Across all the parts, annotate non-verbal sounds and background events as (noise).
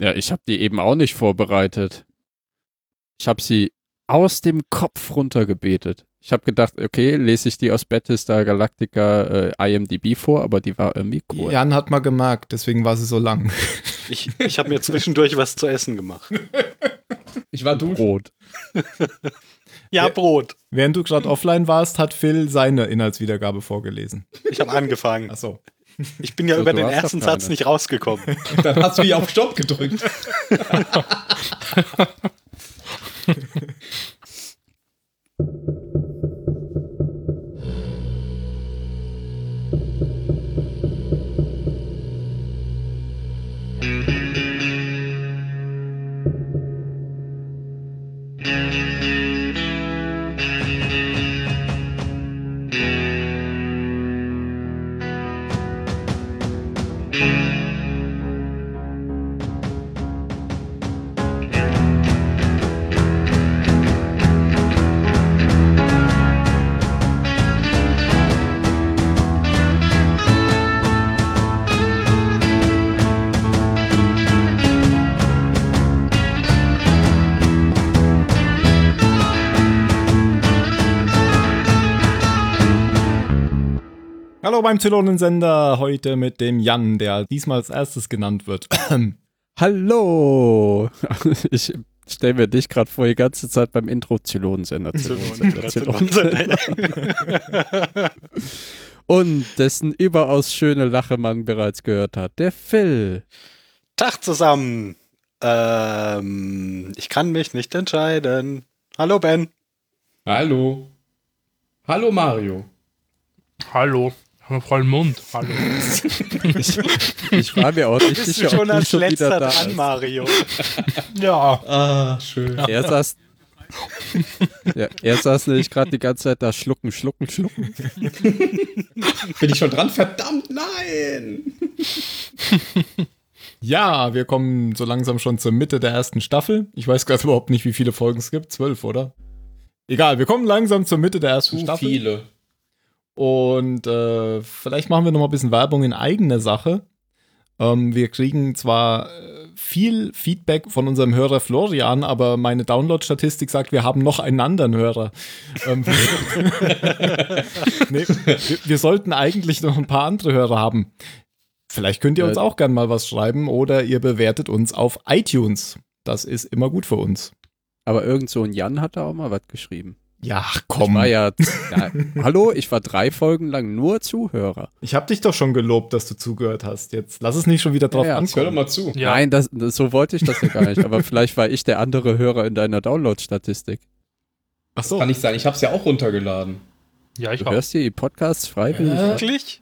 Ja, ich habe die eben auch nicht vorbereitet. Ich habe sie aus dem Kopf runtergebetet. Ich habe gedacht, okay, lese ich die aus Battlestar Galactica äh, IMDb vor, aber die war irgendwie cool. Jan hat mal gemerkt, deswegen war sie so lang. Ich, ich habe mir zwischendurch was zu essen gemacht. Ich war duschen. Rot. Ja, Brot. (laughs) Während du gerade offline warst, hat Phil seine Inhaltswiedergabe vorgelesen. Ich habe angefangen. Achso. Ich bin ja So, über Also du den hast ersten doch ne? keine. Satz nicht rausgekommen. (laughs) Dann hast du ja auf Stopp gedrückt. (laughs) Hallo beim Zylonensender, heute mit dem Jan, der diesmal als erstes genannt (laughs) wird. Hallo! (laughs) Ich stelle mir dich gerade vor, die ganze Zeit beim Intro Zylonensender. Zylonensender, genau. Zylonensender. Und dessen überaus schöne Lache man bereits gehört hat, der Phil. Tag zusammen. Ähm, ich kann mich nicht entscheiden. Hallo Ben. Hallo. Hallo Mario. Hallo. Haben wir vollen Mund. Hallo. Ich, ich war (laughs) mir auch nicht Bist sicher, du schon ob du als schon wieder letzter da dran, bist. (laughs) Mario? Ja. Ah, schön. Er saß. Ja, er saß nämlich gerade die ganze Zeit da schlucken, schlucken, schlucken. Bin ich schon dran? Verdammt, nein! ja, wir kommen so langsam schon zur Mitte der ersten Staffel. Ich weiß gerade überhaupt nicht, wie viele Folgen es gibt. Zwölf, oder? Egal, wir kommen langsam zur Mitte der ersten Zu Staffel. viele. Und äh, vielleicht machen wir noch mal ein bisschen Werbung in eigener Sache. Ähm, wir kriegen zwar äh, viel Feedback von unserem Hörer Florian, aber meine Download-Statistik sagt, wir haben noch einen anderen Hörer. (laughs) Ähm, (laughs) nee, wir, wir sollten eigentlich noch ein paar andere Hörer haben. Vielleicht könnt ihr uns Äh. auch gern mal was schreiben oder ihr bewertet uns auf iTunes. Das ist immer gut für uns. Aber irgend so ein Jan hat da auch mal was geschrieben. Ja, Ich komm. war ja, ja. Hallo, ich war drei Folgen lang nur Zuhörer. Ich habe dich doch schon gelobt, dass du zugehört hast. Jetzt lass es nicht schon wieder drauf Ja, ja. ankommen. Jetzt hör doch mal zu. Ja. Nein, das, das, so wollte ich das ja gar nicht. Aber vielleicht war ich der andere Hörer in deiner Download-Statistik. Ach so. Kann nicht sein, ich hab's ja auch runtergeladen. Ja, ich Du auch. hörst dir die Podcasts freiwillig an? Wirklich?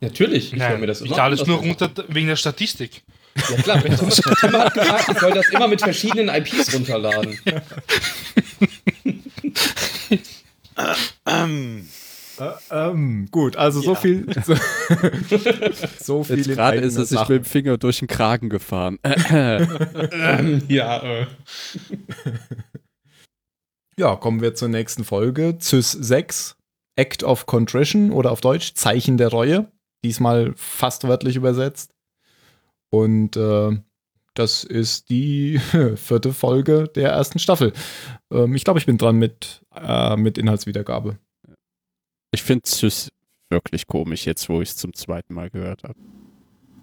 Natürlich, ich Nein, höre mir das ich lade es an, nur was- runter wegen der Statistik. Ja klar, wenn Thomas schon immer (laughs) hat gesagt, ich soll das immer mit verschiedenen (laughs) IPs runterladen. Ähm, Ähm, gut, also so Ja. viel. (laughs) So, (laughs) so viel Jetzt in gerade ist es, eigener ich Sache. bin mit dem Finger durch den Kragen gefahren. Äh, ja, äh. Ja, kommen wir zur nächsten Folge. CIS 6, Act of Contrition oder auf Deutsch Zeichen der Reue. Diesmal fast wörtlich übersetzt. Und äh, das ist die (laughs) vierte Folge der ersten Staffel. Ähm, ich glaube, ich bin dran mit, äh, mit Inhaltswiedergabe. Ich finde Süß wirklich komisch jetzt, wo ich es zum zweiten Mal gehört habe.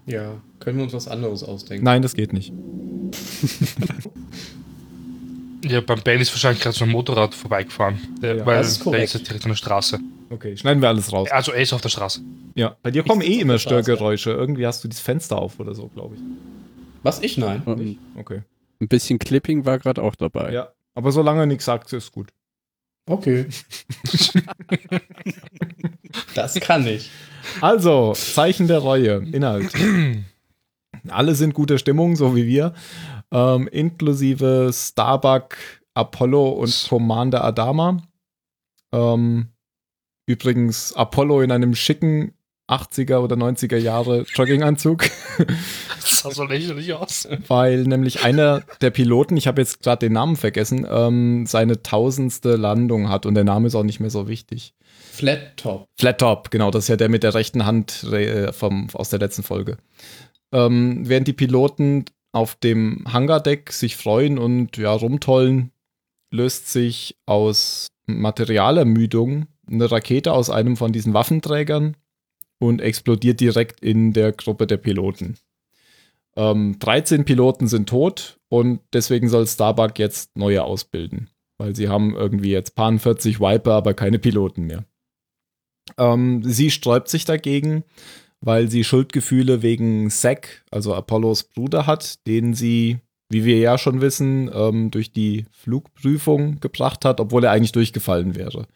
Ja, können wir uns was anderes ausdenken. Nein, das geht nicht. Ja, beim Ben ist wahrscheinlich gerade so ein Motorrad vorbeigefahren. Der, Ja, weil das ist der ist korrekt. ja direkt an der Straße. Okay, schneiden wir alles raus. Also er ist auf der Straße. Ja, bei dir kommen eh immer Straße. Störgeräusche. Irgendwie hast du das Fenster auf oder so, glaube ich. Was? Ich nein. Und Okay. ein bisschen Clipping war gerade auch dabei. Ja, aber solange er nichts sagt, ist gut. Okay. (laughs) das kann ich. Also, Zeichen der Reue, Inhalt. Alle sind guter Stimmung, so wie wir, ähm, inklusive Starbuck, Apollo und Commander Adama. Ähm, übrigens, Apollo in einem schicken 80er oder 90er Jahre Jogginganzug, Das sah so lächerlich aus. weil nämlich einer der Piloten, ich habe jetzt gerade den Namen vergessen, ähm, seine tausendste Landung hat und der Name ist auch nicht mehr so wichtig. Flat Top. Flat Top, genau, das ist ja der mit der rechten Hand äh, vom, aus der letzten Folge. Ähm, während die Piloten auf dem Hangardeck sich freuen und ja, rumtollen, löst sich aus Materialermüdung eine Rakete aus einem von diesen Waffenträgern und explodiert direkt in der Gruppe der Piloten. Ähm, 13 Piloten sind tot und deswegen soll Starbuck jetzt neue ausbilden, weil sie haben irgendwie jetzt paar 40 Viper, aber keine Piloten mehr. Ähm, sie sträubt sich dagegen, weil sie Schuldgefühle wegen Zack, also Apollos Bruder, hat, den sie, wie wir ja schon wissen, ähm, durch die Flugprüfung gebracht hat, obwohl er eigentlich durchgefallen wäre.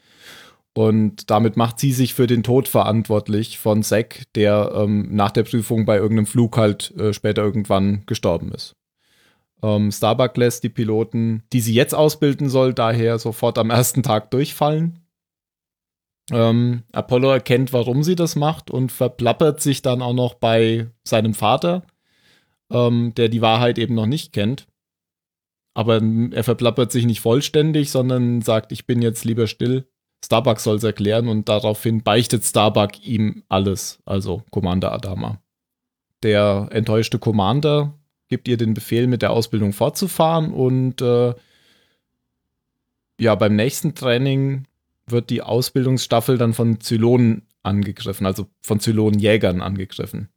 Und damit macht sie sich für den Tod verantwortlich von Zack, der ähm, nach der Prüfung bei irgendeinem Flug halt äh, später irgendwann gestorben ist. Ähm, Starbuck lässt die Piloten, die sie jetzt ausbilden soll, daher sofort am ersten Tag durchfallen. Ähm, Apollo erkennt, warum sie das macht und verplappert sich dann auch noch bei seinem Vater, ähm, der die Wahrheit eben noch nicht kennt. Aber ähm, er verplappert sich nicht vollständig, sondern sagt, ich bin jetzt lieber still. Starbuck soll es erklären und daraufhin beichtet Starbuck ihm alles, also Commander Adama. Der enttäuschte Commander gibt ihr den Befehl, mit der Ausbildung fortzufahren und äh, ja, beim nächsten Training wird die Ausbildungsstaffel dann von Zylonen angegriffen, also von Zylonenjägern angegriffen.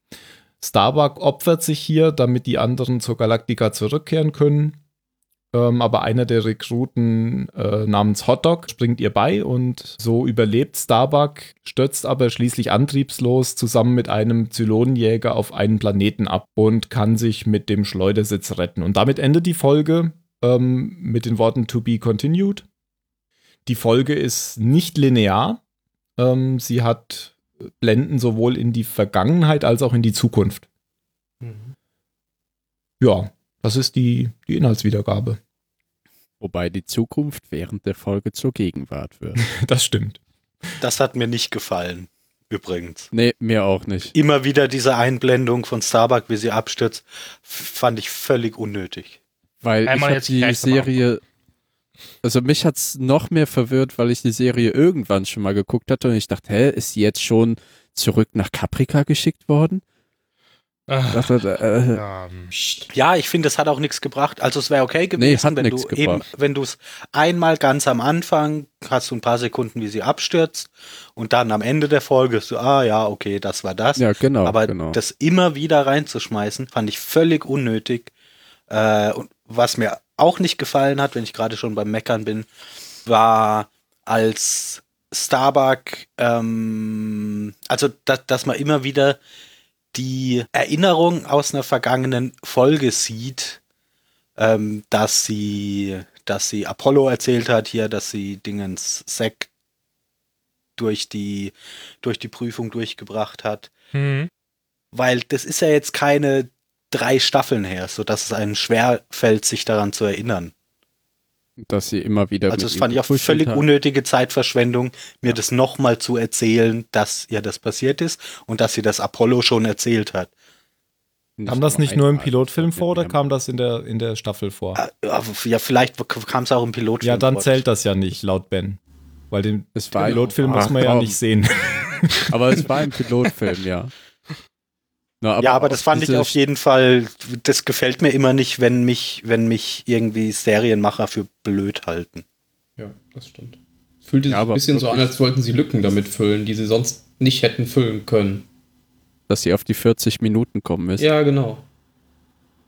Starbuck opfert sich hier, damit die anderen zur Galaktika zurückkehren können. Ähm, aber einer der Rekruten äh, namens Hotdog springt ihr bei und so überlebt Starbuck, stürzt aber schließlich antriebslos zusammen mit einem Zylonenjäger auf einen Planeten ab und kann sich mit dem Schleudersitz retten. Und damit endet die Folge ähm, mit den Worten To be continued. Die Folge ist nicht linear. Ähm, sie hat Blenden sowohl in die Vergangenheit als auch in die Zukunft. Mhm. Ja, das ist die, die Inhaltswiedergabe. (laughs) Wobei die Zukunft während der Folge zur Gegenwart wird. (laughs) Das stimmt. Das hat mir nicht gefallen, übrigens. Nee, mir auch nicht. Immer wieder diese Einblendung von Starbuck, wie sie abstürzt, fand ich völlig unnötig. Weil Einmal ich hab jetzt die gleich zum Serie. Also mich hat's noch mehr verwirrt, weil ich die Serie irgendwann schon mal geguckt hatte und ich dachte, hä, ist sie jetzt schon zurück nach Caprica geschickt worden? Ich Ah, dachte, äh, ähm, Ja, ich finde, es hat auch nichts gebracht. Also es wäre okay gewesen, hat wenn nichts du eben, gebracht. wenn du es einmal ganz am Anfang hast du ein paar Sekunden, wie sie abstürzt und dann am Ende der Folge so, ah ja, okay, das war das. ja, genau. Aber genau. das immer wieder reinzuschmeißen, fand ich völlig unnötig. Äh, und was mir auch nicht gefallen hat, wenn ich gerade schon beim Meckern bin, war als Starbuck, ähm, also da, dass man immer wieder die Erinnerung aus einer vergangenen Folge sieht, ähm, dass sie, dass sie Apollo erzählt hat hier, dass sie Dingens Sekt durch die, durch die Prüfung durchgebracht hat hm. weil das ist ja jetzt keine drei Staffeln her, sodass es einem schwer fällt, sich daran zu erinnern. dass sie immer wieder. mit also das ihm fand ich auch gefuschelt völlig haben. unnötige Zeitverschwendung, mir das nochmal zu erzählen, dass ihr das passiert ist und dass sie das Apollo schon erzählt hat. Nicht Kam das nicht nur im einmal. Pilotfilm vor oder Wir kam das in der, in der Staffel vor? Ah, Ja, vielleicht kam es auch im Pilotfilm. Ja, dann vor. zählt das ja nicht, laut Ben. Weil den Es war im- Pilotfilm Ach, muss man ja komm. nicht sehen. Aber es war ein Pilotfilm, (laughs) ja. Na, ja, aber das auch fand ich diese auf jeden Fall, das gefällt mir immer nicht, wenn mich, wenn mich irgendwie Serienmacher für blöd halten. Ja, das stimmt. Fühlte Ja, sich aber ein bisschen so an, wirklich- als wollten sie Lücken damit füllen, die sie sonst nicht hätten füllen können. dass sie auf die 40 Minuten kommen ist. Ja, genau.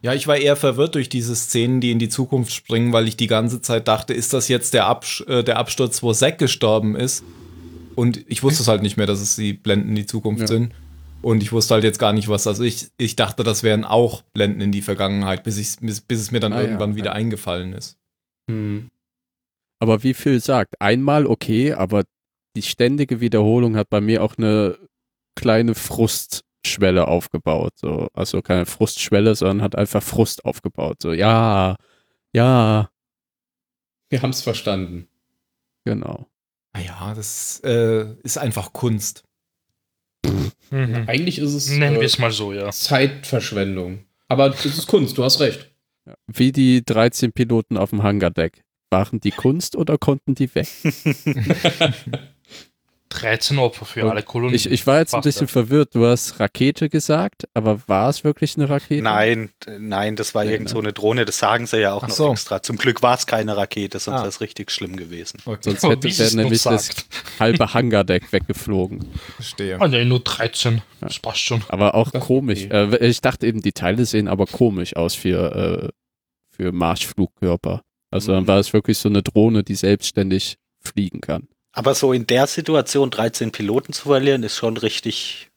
Ja, ich war eher verwirrt durch diese Szenen, die in die Zukunft springen, weil ich die ganze Zeit dachte, ist das jetzt der, Absch äh, der Absturz, wo Zack gestorben ist? Und ich wusste es halt nicht mehr, dass es die Blenden in die Zukunft Ja. sind. Und ich wusste halt jetzt gar nicht, was das ist. Ich, ich dachte, das wären auch Blenden in die Vergangenheit, bis, ich's- bis, bis es mir dann Ah, ja, irgendwann ja. wieder eingefallen ist. Hm. Aber wie viel sagt? Einmal okay, aber die ständige Wiederholung hat bei mir auch eine kleine Frustschwelle aufgebaut. So. Also keine Frustschwelle, sondern hat einfach Frust aufgebaut. So, ja, ja, Wir haben es verstanden. genau. Naja, Ah das äh, ist einfach Kunst. mhm. Eigentlich ist es Nennen wir äh, es mal so, ja. Zeitverschwendung. Aber es ist Kunst, du hast recht. Ja. Wie die 13 Piloten auf dem Hangardeck. Waren die Kunst oder konnten die weg? 13 Opfer für Und alle Kolonien. Ich, ich war jetzt ein Bastard. bisschen verwirrt. Du hast Rakete gesagt, aber war es wirklich eine Rakete? Nein, äh, nein, das war Nee, irgend ne? so eine Drohne, das sagen sie ja auch genau. Ach noch so. extra. Zum Glück war es keine Rakete, sonst Ah. wäre es richtig schlimm gewesen. Okay, Sonst Oh, hätte (laughs) wie sie es wäre noch nämlich das sagt. halbe Hangardeck weggeflogen. verstehe. Ah, nee, nur 13. Das passt schon. Aber auch Ach, komisch. Äh, ich dachte eben, die Teile sehen aber komisch aus für, äh, für Marschflugkörper. Also Mhm. dann war es wirklich so eine Drohne, die selbstständig fliegen kann. Aber so in der Situation 13 Piloten zu verlieren, ist schon richtig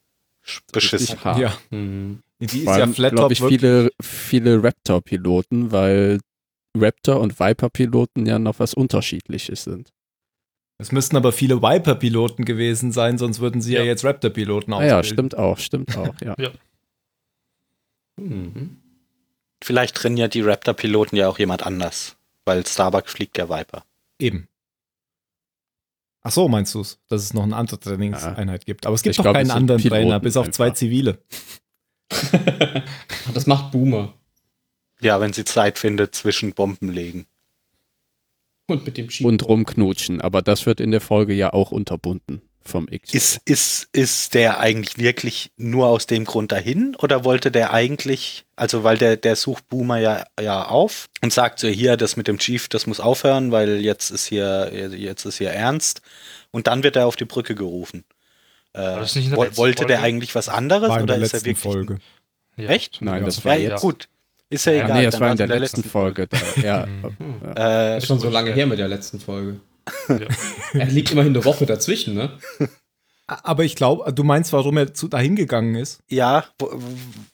sch- beschissen. Richtig hart. Ja, Hm. die ist Vor ja allem, Flat Top glaube ich, wirklich- viele, viele Raptor-Piloten, weil Raptor- und Viper-Piloten ja noch was Unterschiedliches sind. Es müssten aber viele Viper-Piloten gewesen sein, sonst würden sie ja, Ja. jetzt Raptor-Piloten Ah ja, ausbilden. stimmt auch, stimmt auch, ja. Hm. Vielleicht trennen ja die Raptor-Piloten ja auch jemand anders, weil Starbuck fliegt ja Viper. Eben. Ach so, meinst du es, dass es noch eine andere Trainingseinheit gibt? Aber es gibt Ich doch glaub, keinen es sind anderen Piloten Trainer, bis auf zwei einfach. zivile. (laughs) Das macht Boomer. Ja, wenn sie Zeit findet, zwischen Bomben legen. Und mit dem Cheat. Und rumknutschen, aber das wird in der Folge ja auch unterbunden vom X. Ist, ist, ist der eigentlich wirklich nur aus dem Grund dahin oder wollte der eigentlich, also weil der, der sucht Boomer ja, ja auf und sagt so hier, das mit dem Chief, das muss aufhören, weil jetzt ist hier, jetzt ist hier ernst. Und dann wird er auf die Brücke gerufen. Äh, das nicht in der wo- letzten wollte der Folge? eigentlich was anderes War in oder der ist er letzten wirklich Folge. Ja. Echt? Nein, Ja, das Ja, war ja, jetzt. gut. Ist ja Ja, egal. nee, das dann war in war's der letzten Folge. Da. Ja, (laughs) Hm. Äh, Das ist schon so lange her mit der letzten Folge. Ja. Er liegt immerhin eine Woche dazwischen, ne? Aber ich glaube, du meinst, warum er zu, dahin gegangen ist? ja, wo-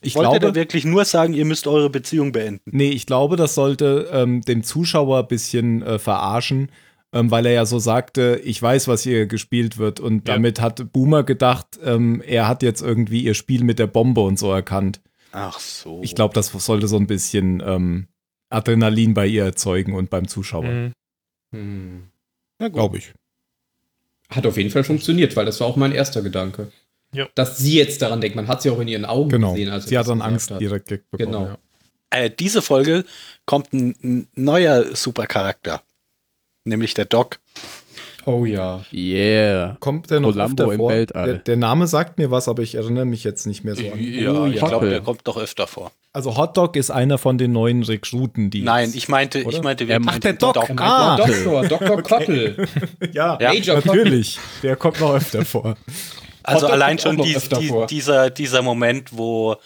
Ich wollte der glaube, wirklich nur sagen, ihr müsst eure Beziehung beenden. nee, ich glaube, das sollte ähm, dem Zuschauer ein bisschen äh, verarschen, ähm, weil er ja so sagte, ich weiß, was hier gespielt wird. Und Ja. damit hat Boomer gedacht, ähm, er hat jetzt irgendwie ihr Spiel mit der Bombe und so erkannt. Ach so. Oh. Ich glaube, das sollte so ein bisschen ähm, Adrenalin bei ihr erzeugen und beim Zuschauer. Mhm. Hm. Glaube ich. Hat auf jeden Fall funktioniert, weil das war auch mein erster Gedanke. Ja. Dass sie jetzt daran denkt, man hat sie auch in ihren Augen Genau. gesehen. Als Sie hat das dann gesagt Angst direkt gekriegt bekommen. Genau. Ja. Äh, diese Folge kommt ein, ein neuer Supercharakter, nämlich der Doc. Oh ja. Yeah. Kommt der noch Columbo öfter im vor? Weltall. Der, der Name sagt mir was, aber ich erinnere mich jetzt nicht mehr so an. Oh ich glaube, Fackel. der kommt doch öfter vor. Also Hotdog ist einer von den neuen Rekruten, die Nein, jetzt- ich meinte, ich oder? Ähm, meinte, wir Er meinen meint den den Doc. Doc. Ah. (laughs) Mein Doktor, Dr. Kottel. ja, Ja. Major natürlich. Der kommt noch öfter vor. Also Doc allein kommt schon auch noch dies- öfter die, vor. dieser, dieser Moment, wo,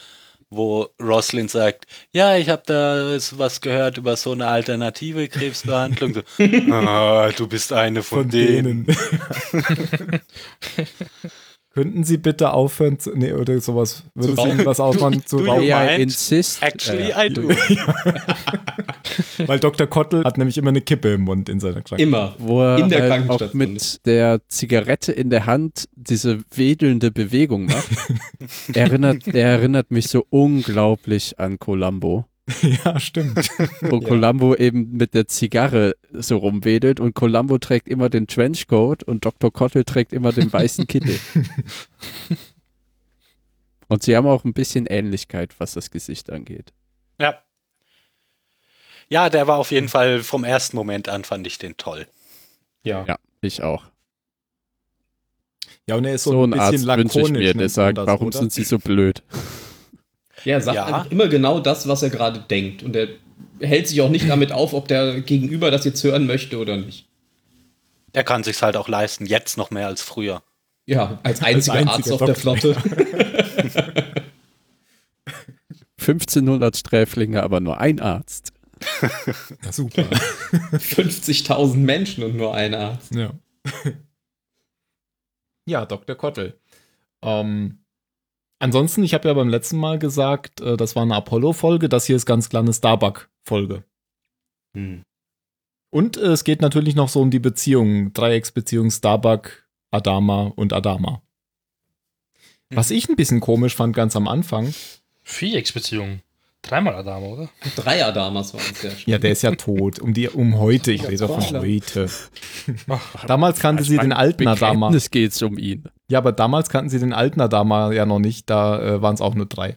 wo Roslin sagt, ja, ich habe da was gehört über so eine alternative Krebsbehandlung. (laughs) So, ah, du bist eine von, Von denen. denen. (laughs) Könnten Sie bitte aufhören, zu, nee, oder sowas, würde es rauchen? Ihnen was ausmachen, zu du- rauchen? May I meint, Oh, insist? Actually, Äh, I do. Weil Dr. Kottel hat nämlich immer eine Kippe im Mund in seiner Krankheit. Immer. wo er In der halt auch Krankenstation mit der Zigarette in der Hand diese wedelnde Bewegung (laughs) macht, erinnert, der erinnert mich so unglaublich an Columbo. (laughs) Ja, stimmt. Wo Columbo eben mit der Zigarre so rumwedelt und Columbo trägt immer den Trenchcoat und Dr. Kottel trägt immer den weißen Kittel. (laughs) und sie haben auch ein bisschen Ähnlichkeit, was das Gesicht angeht. Ja. Ja, der war auf jeden Fall vom ersten Moment an, fand ich den toll. Ja. Ja, ich auch. Ja, und er ist so, So ein einen bisschen Arzt lakonisch. wünsche ich mir, nennt der man sagt, das, warum oder? sind sie so blöd? Ja, sagt Ja. einfach immer genau das, was er gerade denkt. Und er hält sich auch nicht damit auf, ob der Gegenüber das jetzt hören möchte oder nicht. Der kann sich's halt auch leisten, jetzt noch mehr als früher. Ja, als einziger, einziger Arzt auf der Doktor. Flotte. (laughs) 1500 Sträflinge, aber nur ein Arzt. Ja, (laughs) super. 50.000 Menschen und nur ein Arzt. Ja. ja, Dr. Kottel. Ähm, ansonsten, ich habe ja beim letzten Mal gesagt, äh, das war eine Apollo-Folge, das hier ist ganz klar eine Starbuck-Folge. Und äh, es geht natürlich noch so um die Beziehung, Dreiecksbeziehung Starbuck, Adama und Adama. Was ich ein bisschen komisch fand ganz am Anfang, Vierecksbeziehung. Dreimal Adama, oder? Dreier damals war uns der ja, der (laughs) ist ja tot, um die, um heute, ich rede von heute. Damals kannte sie den alten Adama. Begräbnis geht's um ihn. Ja, aber damals kannten sie den alten Adama ja noch nicht, da äh, waren es auch nur drei.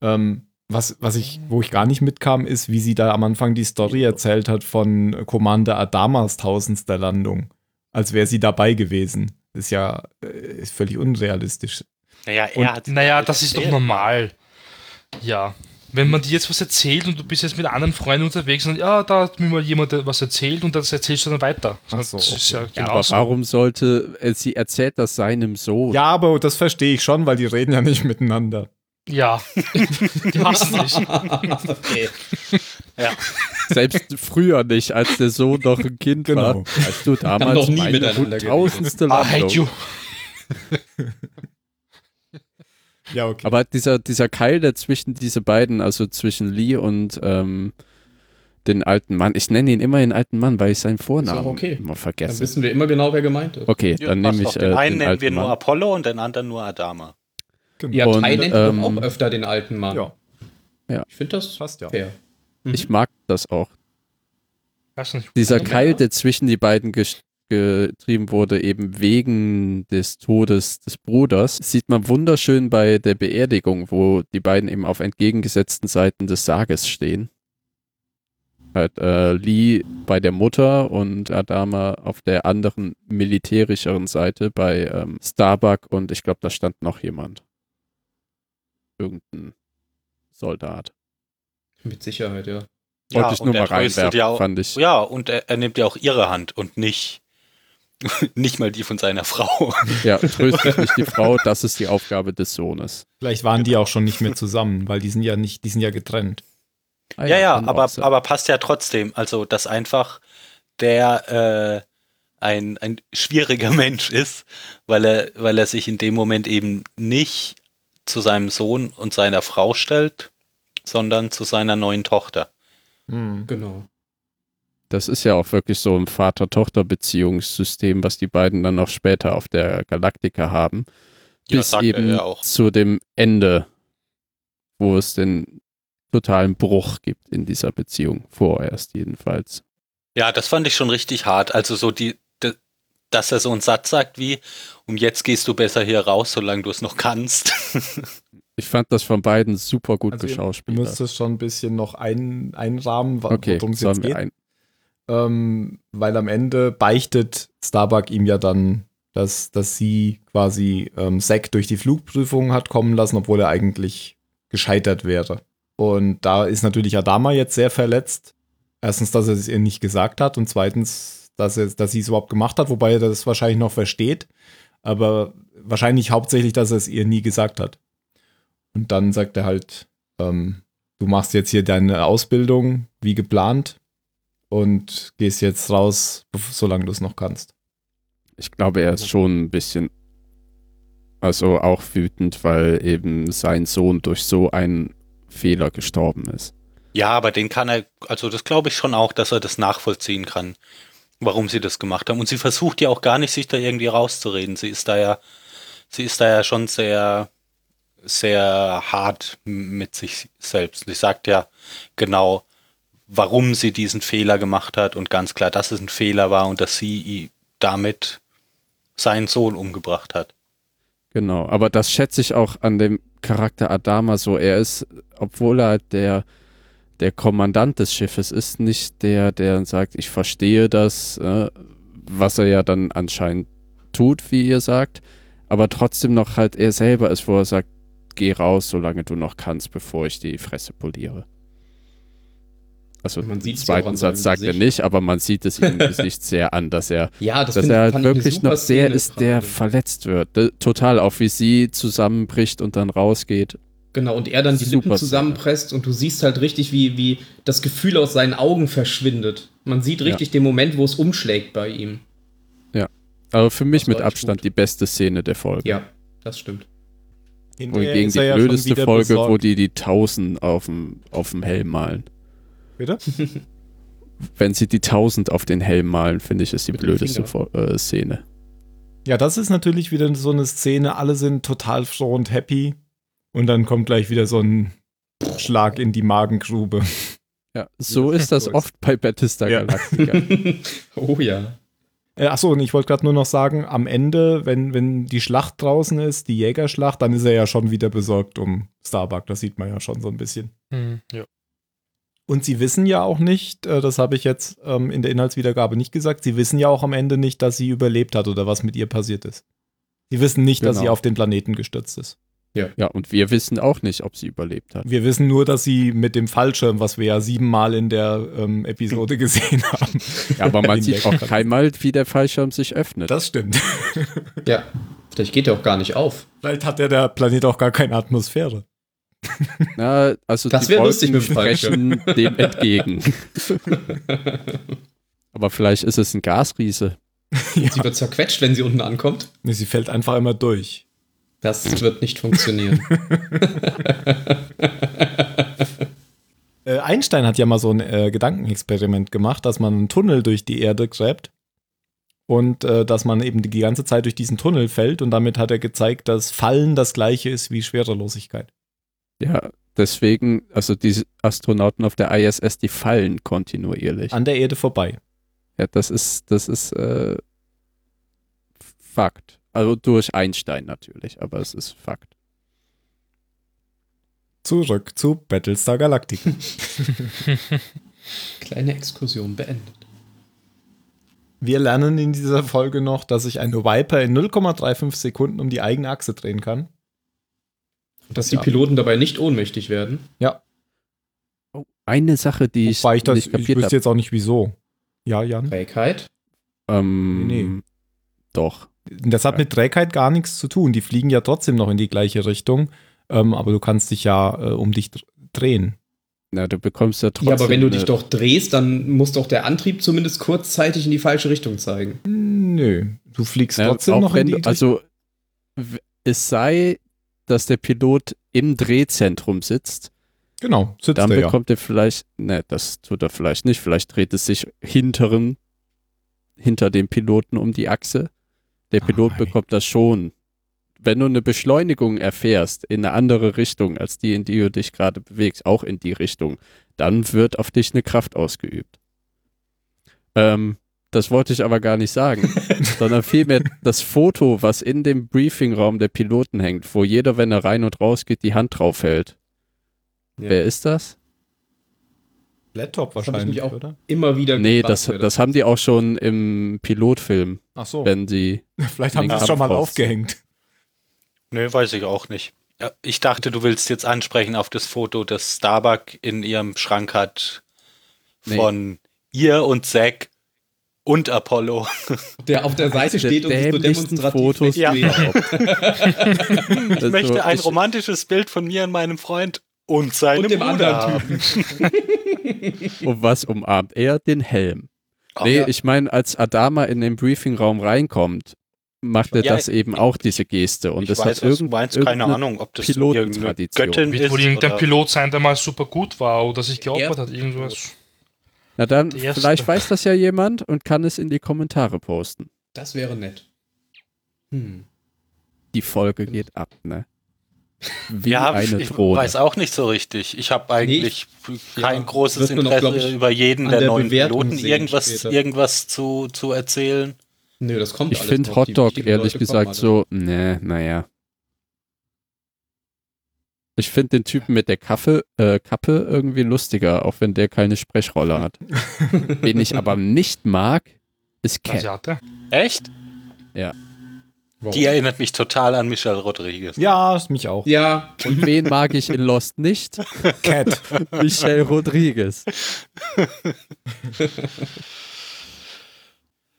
Ähm, was, was ich, wo ich gar nicht mitkam, ist, wie sie da am Anfang die Story erzählt hat von Commander Adamas tausendster Landung. Als wäre sie dabei gewesen. Ist ja äh, ist völlig unrealistisch. Naja, er Und, hat. naja, er das ist doch erzählt. normal. Ja. Wenn man dir jetzt was erzählt und du bist jetzt mit anderen Freunden unterwegs und ja, da hat mir mal jemand was erzählt und das erzählst du dann weiter. Ach so, Das ist ja Ja, genau aber so. warum sollte äh, sie erzählt das seinem Sohn? Ja, aber das verstehe ich schon, weil die reden ja nicht (laughs) miteinander. Ja. Die hassen dich. (laughs) okay. (laughs) Selbst früher nicht, als der Sohn noch ein Kind Genau. war. Als du damals noch nie meine miteinander Ah, tausendste I hate you. Landung. Ja, okay. Aber dieser, dieser Keil, der zwischen diese beiden, also zwischen Lee und ähm, den alten Mann, ich nenne ihn immer den alten Mann, weil ich seinen Vornamen okay. immer Dann vergesse. wissen wir immer genau, wer gemeint ist. Okay, Ja, dann passt nehme ich doch. äh, den den einen nennen wir alten nur Mann. Apollo und den anderen nur Adama. Ja, Und, Thai nennt ähm, man auch öfter den alten Mann. Genau. Ja. Ja. Ich finde das Passt ja. fair. Ich mag das auch. Weiß nicht. Dieser Keil, der zwischen die beiden ges- getrieben wurde, eben wegen des Todes des Bruders, sieht man wunderschön bei der Beerdigung, wo die beiden eben auf entgegengesetzten Seiten des Sarges stehen. Halt, äh, Lee bei der Mutter und Adama auf der anderen militärischeren Seite bei ähm, Starbuck und ich glaube, da stand noch jemand. Irgendein Soldat. Mit Sicherheit, ja. Wollte ich und nur mal er tröstet reinwerfen, ja auch, fand ich. Ja, und er, er nimmt ja auch ihre Hand und nicht, (laughs) nicht mal die von seiner Frau. Ja, tröstet nicht die Frau, das ist die Aufgabe des Sohnes. Vielleicht waren die auch schon nicht mehr zusammen, weil die sind ja nicht, die sind ja getrennt. (laughs) Ah ja, ja, kann auch aber, sein. aber passt ja trotzdem. Also, dass einfach der äh, ein, ein schwieriger (laughs) Mensch ist, weil er, weil er sich in dem Moment eben nicht zu seinem Sohn und seiner Frau stellt, sondern zu seiner neuen Tochter. Hm. Genau. das ist ja auch wirklich so ein Vater-Tochter-Beziehungssystem, was die beiden dann auch später auf der Galaktika haben. Ja, bis sagt er eben ja auch. zu dem Ende, wo es den totalen Bruch gibt in dieser Beziehung, vorerst jedenfalls. Ja, das fand ich schon richtig hart. Also so die, de- dass er so einen Satz sagt wie, um jetzt gehst du besser hier raus, solange du es noch kannst. (laughs) Ich fand das von beiden super gut Also ihr- Du geschauspielert. musst das schon ein bisschen noch ein, einrahmen, wa- Okay, worum es jetzt sollen wir geht. ein. ähm, weil am Ende beichtet Starbuck ihm ja dann, dass, dass sie quasi ähm, Zack durch die Flugprüfung hat kommen lassen, obwohl er eigentlich gescheitert wäre. Und da ist natürlich Adama jetzt sehr verletzt. Erstens, dass er es ihr nicht gesagt hat und zweitens, dass, er, dass sie es überhaupt gemacht hat, wobei er das wahrscheinlich noch versteht. Aber wahrscheinlich hauptsächlich, dass er es ihr nie gesagt hat. Und dann sagt er halt, ähm, du machst jetzt hier deine Ausbildung wie geplant und gehst jetzt raus, bev- solange du es noch kannst. Ich glaube, er ist schon ein bisschen, also auch wütend, weil eben sein Sohn durch so einen Fehler gestorben ist. ja, aber den kann er, also das glaube ich schon auch, dass er das nachvollziehen kann, warum sie das gemacht haben. Und sie versucht ja auch gar nicht, sich da irgendwie rauszureden. Sie ist da ja, sie ist da ja schon sehr, sehr hart m- mit sich selbst. Sie sagt ja genau, warum sie diesen Fehler gemacht hat und ganz klar, dass es ein Fehler war und dass sie i- damit seinen Sohn umgebracht hat. Genau, aber das schätze ich auch an dem Charakter Adama so. Er ist, obwohl er halt der, der Kommandant des Schiffes ist, nicht der, der sagt, ich verstehe das, äh, was er ja dann anscheinend tut, wie ihr sagt, aber trotzdem noch halt er selber ist, wo er sagt, geh raus, solange du noch kannst, bevor ich die Fresse poliere. Also Man den sieht's ja auch zweiten an Satz seinem sagt er Gesicht. nicht, aber man sieht es (laughs) ihm im Gesicht sehr an, dass er Ja, das dass find- er halt fand ich eine wirklich super noch der Szene ist, der gerade. verletzt wird. D- Total, auch wie sie zusammenbricht und dann rausgeht. Genau, und er dann die Super Lippen zusammenpresst und du siehst halt richtig, wie, wie das Gefühl aus seinen Augen verschwindet. Man sieht richtig den Moment, wo es umschlägt bei ihm. Aber Also für mich Das war mit echt Abstand gut. die beste Szene der Folge. Ja, das stimmt. Wohingegen die blödeste Folge, wo die die Tausend auf dem, auf dem Helm malen. Bitte? Wenn sie die Tausend auf den Helm malen, finde ich, ist die Mit dem blödeste Finger. Fol- äh, Szene. Ja, das ist natürlich wieder so eine Szene, alle sind total froh und happy und dann kommt gleich wieder so ein Schlag in die Magengrube. (laughs) Ja, so ist das (laughs) Cool. oft bei Battlestar Ja. Galactica. (laughs) oh ja. Äh, Achso, und ich wollte gerade nur noch sagen, am Ende, wenn, wenn die Schlacht draußen ist, die Jägerschlacht, dann ist er ja schon wieder besorgt um Starbuck, das sieht man ja schon so ein bisschen. Hm, ja. Und sie wissen ja auch nicht, äh, das habe ich jetzt ähm, in der Inhaltswiedergabe nicht gesagt, sie wissen ja auch am Ende nicht, dass sie überlebt hat oder was mit ihr passiert ist. Die wissen nicht, dass sie Genau. auf den Planeten gestürzt ist. Ja, und wir wissen auch nicht, ob sie überlebt (laughs) hat. Wir wissen nur, dass sie mit dem Fallschirm, was wir ja siebenmal in der ähm, Episode gesehen haben. Ja, aber man sieht auch hinweg- keinmal, wie der Fallschirm sich öffnet. Das stimmt. Ja. Vielleicht geht der auch gar nicht auf. Vielleicht hat ja der Planet auch gar keine Atmosphäre. Na, also Das die wär Wolken lustig mit dem Fallschirm. sprechen dem (laughs) entgegen. aber vielleicht ist es ein Gasriese. Sie wird zerquetscht, wenn sie unten ankommt. Nee, sie fällt einfach immer durch. Das wird (laughs) nicht funktionieren. Äh, Einstein hat ja mal so ein äh, Gedankenexperiment gemacht, dass man einen Tunnel durch die Erde gräbt und äh, dass man eben die ganze Zeit durch diesen Tunnel fällt und damit hat er gezeigt, dass Fallen das gleiche ist wie Schwerelosigkeit. Ja, deswegen, also die Astronauten auf der ISS, die fallen kontinuierlich. An der Erde vorbei. Ja, das ist, das ist äh, Fakt. Also durch Einstein natürlich, aber es ist Fakt. Zurück zu Battlestar Galactica. Kleine Exkursion beendet. (laughs) Wir lernen in dieser Folge noch, dass sich eine Viper in 0,35 Sekunden um die eigene Achse drehen kann. Und dass die Piloten dabei nicht ohnmächtig werden. Oh, eine Sache, die ich, Wobei ich das, nicht ich kapiert wüsste habe. jetzt auch nicht wieso. Ja, Jan. Trägheit. Ähm, Nee. Doch. Das hat mit Trägheit gar nichts zu tun. Die fliegen ja trotzdem noch in die gleiche Richtung, ähm, aber du kannst dich ja äh, um dich dr- drehen. Na, du bekommst ja trotzdem. Ja, aber wenn du eine- dich doch drehst, dann muss doch der Antrieb zumindest kurzzeitig in die falsche Richtung zeigen. Nö, du fliegst Ja, trotzdem auch noch in wenn die du, Also w- es sei, dass der Pilot im Drehzentrum sitzt, Genau, sitzt dann er ja. bekommt er vielleicht, ne, das tut er vielleicht nicht, vielleicht dreht es sich hinteren, hinter dem Piloten um die Achse. Der Pilot Ei. bekommt das schon. Wenn du eine Beschleunigung erfährst in eine andere Richtung als die, in die du dich gerade bewegst, auch in die Richtung, dann wird auf dich eine Kraft ausgeübt. Ähm, das wollte ich aber gar nicht sagen, sondern vielmehr das Foto, was in dem Briefingraum der Piloten hängt, wo jeder, wenn er rein und raus geht, die Hand drauf hält. Wer ist das? Laptop hab ich wahrscheinlich, mich auch- oder? Immer Äh, wieder Nee, gefragt das, wird. das haben die auch schon im Pilotfilm, Ach Oh. so, wenn sie. vielleicht haben den sie es schon mal Kampfrost. aufgehängt. Nö, weiß ich auch nicht. Ja, Ich dachte, du willst jetzt ansprechen auf das Foto, das Starbuck in ihrem Schrank hat Nee. von ihr und Zack und Apollo. der auf der Seite der steht und sich so dämlichsten demonstrativ Fotos Also wegdreht. Ich Ich möchte ein romantisches Bild von mir und meinem Freund und seinem Und dem Bruder Ah. anderen haben. Und um was umarmt er? Den Helm. nee, ja. ich meine, als Adama in den Briefingraum reinkommt, macht er Ja, das eben auch, diese Geste. Und ich das weiß, hat was du irgend, meinst, keine irgendeine- Ahnung, ob das Pilotentradition. irgendeine Göttin Wird wohl ist. irgendein oder- Pilot sein, der mal super gut war oder sich geopfert hat, Ersten irgendwas. Na dann, Die erste. vielleicht weiß das ja jemand und kann es in die Kommentare posten. Das wäre nett. Hm. Die Folge geht ab, ne? Wie Ja, eine ich Drohne. weiß auch nicht so richtig. Ich habe eigentlich kein Ja, großes wird mir noch, Interesse glaub ich, über jeden an der, der neuen Bewertung Piloten sehen irgendwas, später. irgendwas zu, zu erzählen. Nö, das kommt Ich alles finde noch. Die Hotdog wichtigen ehrlich Leute gesagt kommen so, ne, naja. Ich finde den Typen mit der Kaffe, äh, Kappe irgendwie lustiger, auch wenn der keine Sprechrolle (laughs) hat. Wen ich aber nicht mag, ist Also, Cat. Asiate? Echt? alle. Die erinnert mich total an Michelle Rodriguez. Ja, ist mich auch. Ja, Und wen mag ich in Lost nicht? Cat. Michelle Rodriguez. Nein.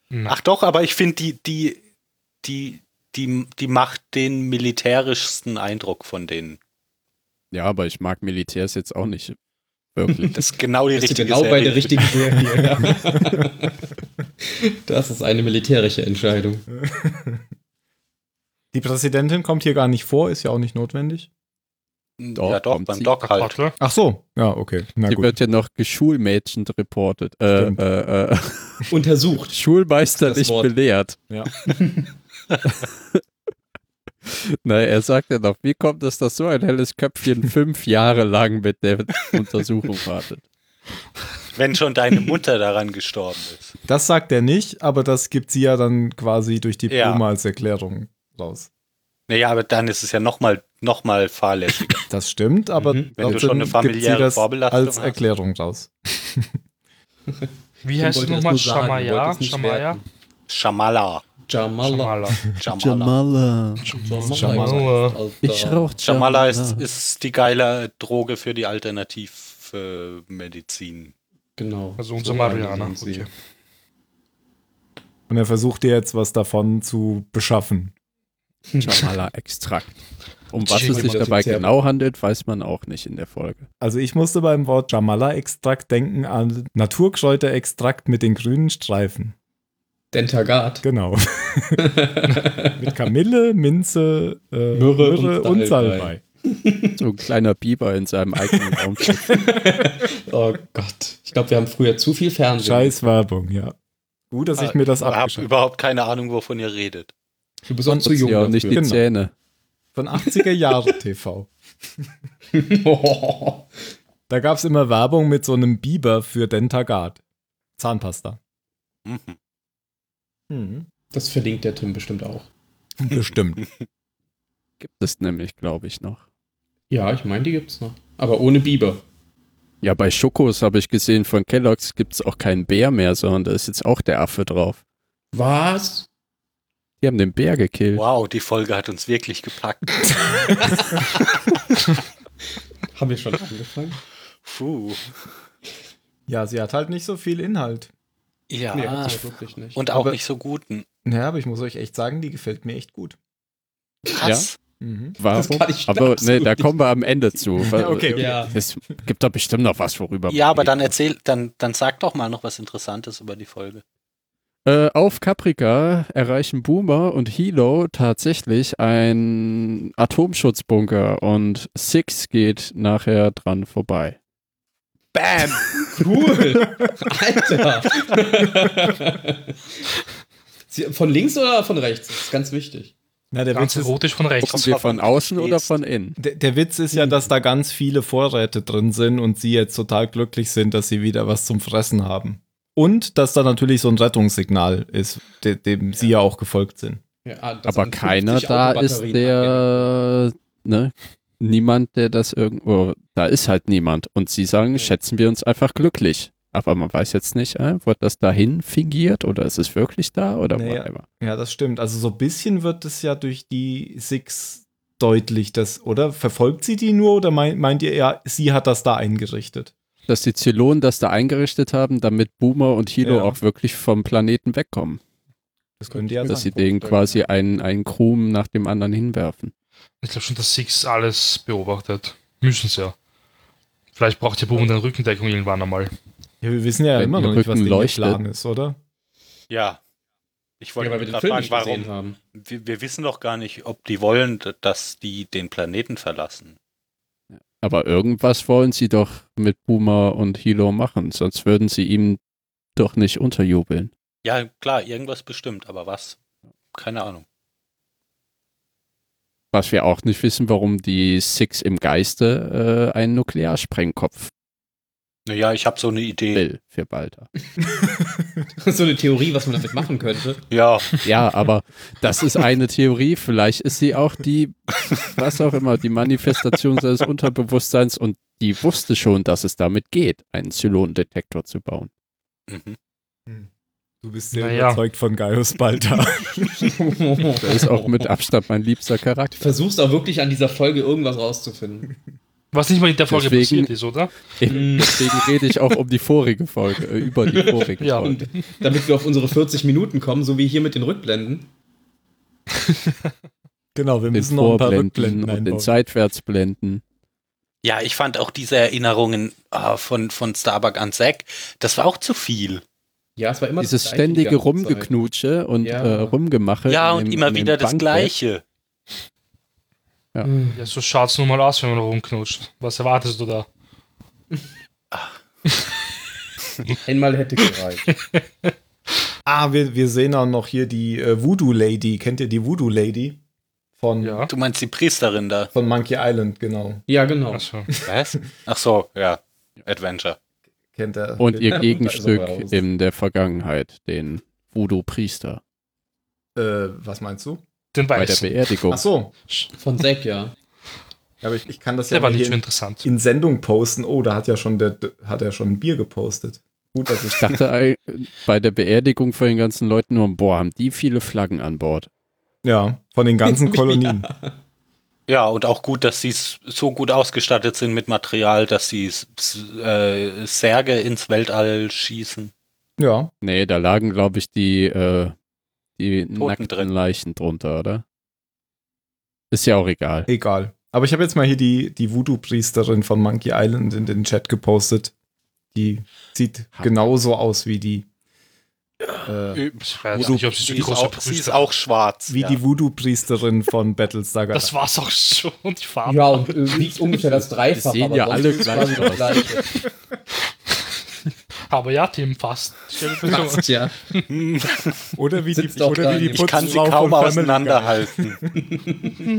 Hm, Ach doch, aber ich finde, die, die, die, die, die macht den militärischsten Eindruck von denen. Ja, aber ich mag Militärs jetzt auch nicht. Wirklich. Das ist genau die bist du richtige genau bei Serie. der richtigen Serie. Ja. (laughs) das ist eine militärische Entscheidung. Die Präsidentin kommt hier gar nicht vor, ist ja auch nicht notwendig. ja, Doch, doch, kommt beim sie. Oh Doc halt. Butler? Ach so, ja, okay. Na Die gut. wird ja noch geschulmädchen reportet. Äh, Stimmt. äh, äh, Untersucht. Schulmeisterlich Das Wort. belehrt. (laughs) Ja. Naja, er sagt ja noch, wie kommt es, dass so ein helles Köpfchen fünf Jahre lang mit der Untersuchung wartet? Wenn schon deine Mutter daran gestorben ist. Das sagt er nicht, aber das gibt sie ja dann quasi durch die Ja. Blume als Erklärung raus. Naja, aber dann ist es ja nochmal noch mal fahrlässiger. Das stimmt, aber Mhm. Wenn du trotzdem schon eine gibt familiäre sie das Vorbelastung als hast. Erklärung raus. Wie heißt Ich du wollte das nochmal? nur sagen, wollte Shamaya? es nicht Shamaya? werten. Schamala. Jamala. Jamala. Jamala. Jamala. Jamala. Alter. Ich rauch Jamala ist, ist die geile Droge für die äh, Alternativmedizin. Genau. Also unser Mariana. Okay. Und er versucht dir jetzt was davon zu beschaffen. Jamala-Extrakt. Um was Chicken es sich aus dem dabei Zerber. genau handelt, weiß man auch nicht in der Folge. Also ich musste beim Wort Jamala-Extrakt denken an naturgescheuter Extrakt mit den grünen Streifen. Dentagat. Genau. (laughs) mit Kamille, Minze, äh, Myrrhe und und Salbei. Salbei. So ein kleiner Biber in seinem eigenen Raumschiff. Oh Gott. Ich glaube, wir haben früher zu viel Fernsehen. Scheiß Werbung, ja. Gut, dass Ah, ich mir das Ich habe abgeschaut überhaupt keine Ahnung, wovon ihr redet. Du bist auch zu jung. ja, und nicht die Genau. Zähne. Von 80er (laughs) Jahre TV. dafür. (laughs) Da gab es immer Werbung mit so einem Biber für Dentagard. Zahnpasta. Hm. Mhm. Das verlinkt der Tim bestimmt auch. Bestimmt. Gibt es nämlich, glaube ich, noch. Ja, ich meine, die gibt's noch. Aber ohne Biber. Ja, bei Schokos habe ich gesehen, von Kellogg's gibt es auch keinen Bär mehr, sondern da ist jetzt auch der Affe drauf. Was? Die haben den Bär gekillt. Wow, die Folge hat uns wirklich gepackt. Haben wir schon angefangen? Puh. ja, sie hat halt nicht so viel Inhalt. Ja. Nee, hat sie wirklich nicht. Ah. und auch Aber- nicht so Hm, guten. Naja, aber ich muss euch echt sagen, die gefällt mir echt gut. Krass. Mhm. das Warum? kann ich Aber absolut nee, da nicht. kommen wir am Ende zu. Ja, okay. (laughs) Ja. Es gibt da bestimmt noch was, worüber Ja, man aber dann reden erzähl, dann, dann sag doch mal noch was Interessantes über die Folge. Äh, auf Caprica erreichen Boomer und Hilo tatsächlich einen Atomschutzbunker und Six geht nachher dran vorbei. Bam! Cool. Alter. (laughs) Sie- von links oder von rechts? Das ist ganz wichtig. Na, der, Witz Ganz ist, erotisch von rechts. Kommen wir von außen stehst. oder von innen? der, der Witz ist ja, dass da ganz viele Vorräte drin sind und sie jetzt total glücklich sind, dass sie wieder was zum Fressen haben. Und dass da natürlich so ein Rettungssignal ist, de, dem sie ja auch gefolgt sind. Ja, ah, Also das Aber sind keiner 50 da ist Autobatterien der, ne? Niemand, der das irgendwo, da ist halt niemand. Und sie sagen, schätzen wir uns einfach glücklich. Aber man weiß jetzt nicht, äh, wird das dahin fingiert oder ist es wirklich da oder Naja. whatever. Ja, das stimmt. Also so ein bisschen wird es ja durch die Six deutlich, dass, oder? Verfolgt sie die nur oder mein, meint ihr, ja, sie hat das da eingerichtet? Dass die Zylonen das da eingerichtet haben, damit Boomer und Hilo Ja. auch wirklich vom Planeten wegkommen. Das könnte ja dass sie sein. denen quasi einen, einen Krumen nach dem anderen hinwerfen. Ich glaube schon, dass Six alles beobachtet. Müssen sie ja. Vielleicht braucht der Buben dann Rückendeckung irgendwann einmal. Ja, wir wissen ja Wenn immer ihr noch nicht, was Rücken der leuchtet. Plan ist, oder? Ja. Ich wollte Ja, weil wir mich den gerade Film fragen, nicht gesehen warum. haben. (laughs) Wir, wir wissen doch gar nicht, ob die wollen, d- dass die den Planeten verlassen. Aber irgendwas wollen sie doch mit Boomer und Hilo machen, sonst würden sie ihm doch nicht unterjubeln. Ja, klar, irgendwas bestimmt, aber was? Keine Ahnung. Was wir auch nicht wissen, warum die Six im Geiste äh, einen Nuklearsprengkopf Naja, ich habe so eine Idee. will für (laughs) Balta. so eine Theorie, was man damit machen könnte. (laughs) Ja, Ja, aber das ist eine Theorie. Vielleicht ist sie auch die, was auch immer, die Manifestation seines Unterbewusstseins und die wusste schon, dass es damit geht, einen Zylonendetektor zu bauen. mhm. Du bist sehr Naja. überzeugt von Gaius Balta. Der (laughs) ist auch mit Abstand mein liebster Charakter. (laughs) Du versuchst auch wirklich an dieser Folge irgendwas rauszufinden. Was nicht mal in der Folge Deswegen- passiert ist, oder? Eben, Mm. deswegen rede ich auch um die vorige Folge, äh, über (laughs) die vorige Ja. Folge. Und damit wir auf unsere 40 Minuten kommen, so wie hier mit den Rückblenden. genau, wir Den müssen noch ein paar Vorblenden Rückblenden und einbauen. den Seitwärtsblenden. ja, ich fand auch diese Erinnerungen ah, von, von Starbuck an Zack, das war auch zu viel. Ja, es war immer Dieses das Gleiche die ständige ganze Zeit. Rumgeknutsche und Ja. äh, Rumgemache. Ja, in und dem- immer in dem wieder das Bankbett. Gleiche. Ja, so schaut's nun mal aus, wenn man rumknutscht. Was erwartest du da? Einmal hätte gereicht. Ah, wir, wir sehen auch noch hier die äh, Voodoo Lady. Kennt ihr die Voodoo Lady? Von, Ja. Du meinst die Priesterin da? von Monkey Island, genau. Ja, genau. Also, Was? Ach so, ja. Adventure. Kennt er. Und (laughs) ihr (laughs) Da ist er Gegenstück raus. in der Vergangenheit, den Voodoo-Priester. Äh, was meinst du? den Bei der Weißen. Beerdigung. Ach so. Von Zack, ja. Ja, aber ich, ich kann das ja Der war mal hier nicht so in, interessant. in Sendung posten. Oh, da hat ja schon der hat er schon ein Bier gepostet. Gut, dass ich Ich dachte äh, bei der Beerdigung von den ganzen Leuten nur, boah, haben die viele Flaggen an Bord. ja, von den ganzen Kolonien. Ja, und auch gut, dass sie s- so gut ausgestattet sind mit Material, dass sie s- s- äh, Särge ins Weltall schießen. Ja, Nee, da lagen, glaube ich, die, äh, die Toten nackten drin. Leichen drunter, oder? Ist ja auch egal. egal. Aber ich habe jetzt mal hier die, die Voodoo-Priesterin von Monkey Island in den Chat gepostet. Die sieht Ha. genauso aus wie die. Äh, Ich weiß Voodoo- nicht, ob sie so sie, ist große auch, sie ist Brüste auch schwarz. wie ja. die Voodoo-Priesterin von Battlestar Galactica. Das war's auch schon. (laughs) Die Farbe. Ja, und äh, wiegt ungefähr das Dreifache. sehen aber ja sonst alle ist es quasi gleich das Gleiche. Aber ja, Tim, fast. Stell dir vor, Tja, Oder wie Sitzt auch da nicht. ich kann sie Putzfrau kaum von Family auseinanderhalten. (laughs)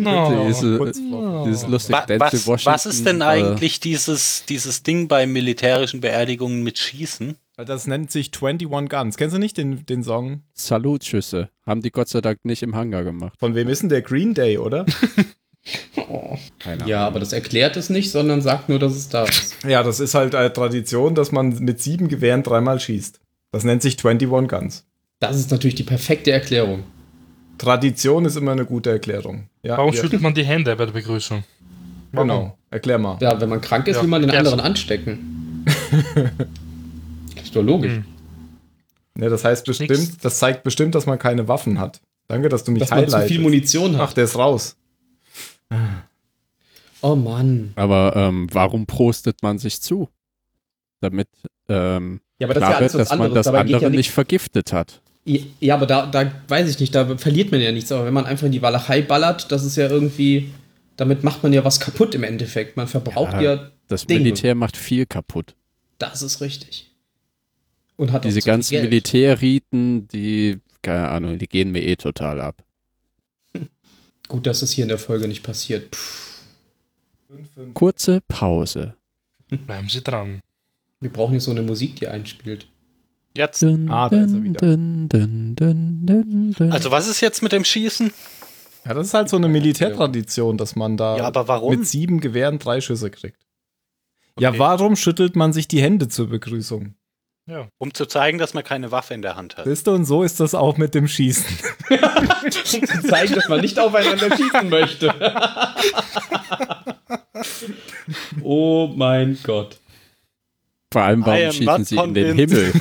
Oh, no. Diese, äh, Putzfrau. dieses lustig Wa- Denzel was, was ist denn äh, eigentlich dieses, dieses Ding bei militärischen Beerdigungen mit Schießen? Guy. Das nennt sich 21 Guns. Kennst du nicht den, den Song? Salutschüsse haben die Gott sei Dank nicht im Hangar gemacht. Von wem ist denn der Green Day, oder? Keine ja, aber das erklärt es nicht, sondern sagt nur, dass es da ist. ja, das ist halt äh, Tradition, dass man mit sieben Gewehren dreimal schießt. Das nennt sich 21 Guns. Das ist natürlich die perfekte Erklärung. Tradition ist immer eine gute Erklärung. Ja, Warum ja, schüttelt man die Hände bei der Begrüßung? Genau, erklär mal. Ja, wenn man krank ist, Ja. will man den Ja. anderen anstecken. (laughs) ist doch logisch. Hm. Ne, das heißt bestimmt, Nix. das zeigt bestimmt, dass man keine Waffen hat. Danke, dass du mich Dass man zu viel highlightest. Munition Ach, hat. der ist raus. Oh Mann. Aber ähm, warum prostet man sich zu? Damit ähm, Ja, aber das ist ja klar alles wird, was dass man das anderes. Dabei geht andere ja nicht vergiftet hat. nicht. Ja, aber da, da weiß ich nicht, da verliert man ja nichts. Aber wenn man einfach in die Walachei ballert, das ist ja irgendwie. Damit macht man ja was kaputt im Endeffekt. Man verbraucht ja, Das Dinge. Militär macht viel kaputt. das ist richtig. Und hat auch Diese zu viel ganzen Geld. Militärriten, die, keine Ahnung, die gehen mir eh total ab. Gut, dass es hier in der Folge nicht passiert. Pff, Kurze Pause. Bleiben Sie dran. wir brauchen jetzt so eine Musik, die einspielt. Jetzt. Dun, Ah, da ist er wieder. dun, dun, dun, dun, dun. Also was ist jetzt mit dem Schießen? Ja, das ist halt so eine Militärtradition, dass man da Ja, aber warum? mit sieben Gewehren drei Schüsse kriegt. Ja, warum schüttelt man sich die Hände zur Begrüßung? Um zu zeigen, dass man keine Waffe in der Hand hat. Siehst du, und so ist das auch mit dem Schießen. um zu zeigen, dass man nicht aufeinander (laughs) schießen möchte. oh mein Gott. Vor allem, I warum am schießen not sie in den Himmel?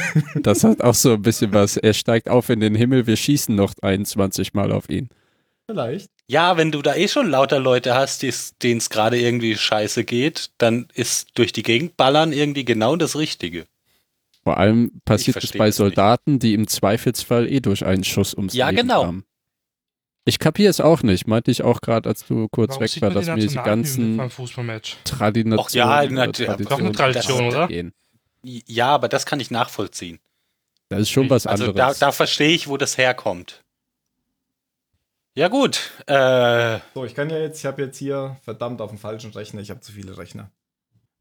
Das hat auch so ein bisschen was. Er steigt auf in den Himmel, wir schießen noch 21 Mal auf ihn. Vielleicht. Ja, wenn du da eh schon lauter Leute hast, denen es gerade irgendwie scheiße geht, dann ist durch die Gegend ballern irgendwie genau das Richtige. Vor allem passiert es verstehe bei das nicht. Soldaten, die im Zweifelsfall eh durch einen Schuss ums Ja, Leben genau. kamen. Ich kapiere es auch nicht. Meinte ich auch gerade, als du kurz Warum weg sieht war, man die dass mir diese Nationalhymne ganzen beim Fußballmatch? Traditionen Och ja, oder na, doch eine Tradition, das, oder? gehen. Ja, aber das kann ich nachvollziehen. Das ist schon was Also da, anderes. da verstehe ich, wo das herkommt. Ja gut, äh, So, ich kann ja jetzt, ich habe jetzt hier verdammt auf dem falschen Rechner, ich habe zu viele Rechner.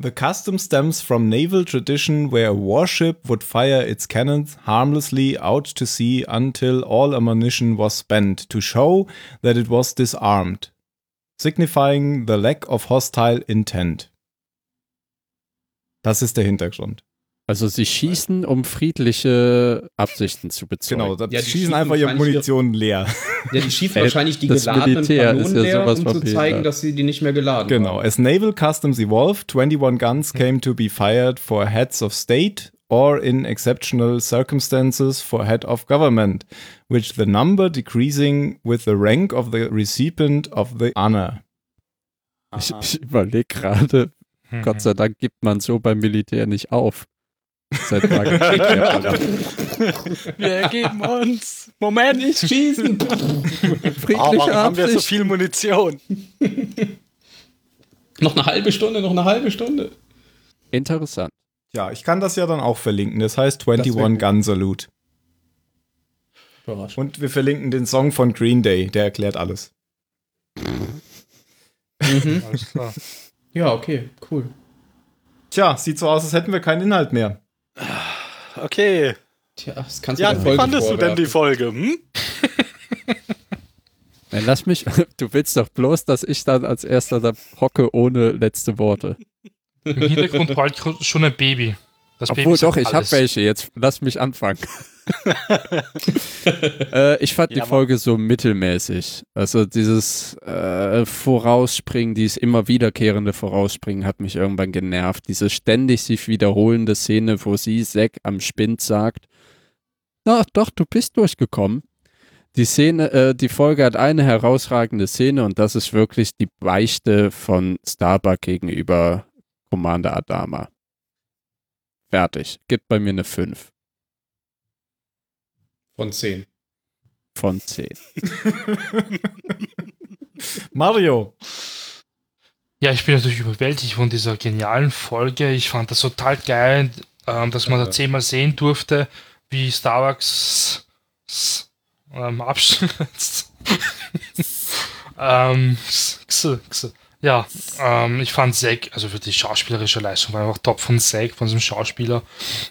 The custom stems from naval tradition where a warship would fire its cannons harmlessly out to sea until all ammunition was spent to show that it was disarmed, signifying the lack of hostile intent. Das ist der Hintergrund. also sie schießen, um friedliche Absichten zu bezeugen. Genau, da Ja, die schießen schießen einfach ihre wahrscheinlich ihre- Munition leer. Ja, die schießen Ey, wahrscheinlich die das geladenen Militär Kanonen ist ja leer, sowas um von zu behindert. zeigen, dass sie die nicht mehr geladen Genau. haben. As naval customs evolved, 21 guns came to be fired for heads of state or in exceptional circumstances for head of government, which the number decreasing with the rank of the recipient of the honor. (laughs) Ich, ich überlege gerade, Hm, Mhm. Gott sei Dank gibt man so beim Militär nicht auf. Seit Tagen. (laughs) wir ergeben uns. Moment, ich schießen. Oh, Friedliche warum haben wir so Absicht. viel Munition? Noch eine halbe Stunde, noch eine halbe Stunde. Interessant. Ja, ich kann das ja dann auch verlinken. Das heißt Das wär 21 gut. Gun Salute. Überraschend. Und wir verlinken den Song von Green Day, der erklärt alles. Mhm. hm. Alles klar. Ja, okay, cool. Tja, sieht so aus, als hätten wir keinen Inhalt (laughs) mehr. Okay. Tja, das kannst du Ja, der wie Folge fandest du denn vorwerfen. die Folge? Hm? Nein, Äh, lass mich. (laughs) Du willst doch bloß, dass ich dann als erster da hocke ohne letzte Worte. Im Hintergrund heult schon ein Baby. Das Obwohl, doch, sagt ich habe alles. welche. Jetzt lass mich anfangen. äh, ich fand Ja, die aber- Folge so mittelmäßig. Also dieses äh, Vorausspringen, dieses immer wiederkehrende Vorausspringen hat mich irgendwann genervt. Diese ständig sich wiederholende Szene, wo sie Zack am Spind sagt, na doch, du bist durchgekommen. Die Szene, äh, die Folge hat eine herausragende Szene und das ist wirklich die Beichte von Starbuck gegenüber Commander Adama. Fertig. Gibt bei mir eine 5 Von 10. von 10. Mario. Ja, ich bin natürlich überwältigt von dieser genialen Folge. Ich fand das total geil, ähm, dass man da zehnmal sehen durfte, wie Starbucks s- ähm, abstürzt. ähm, s- x- x- ja, ähm, ich fand Zack, also für die schauspielerische Leistung war einfach top von Zack, von diesem Schauspieler.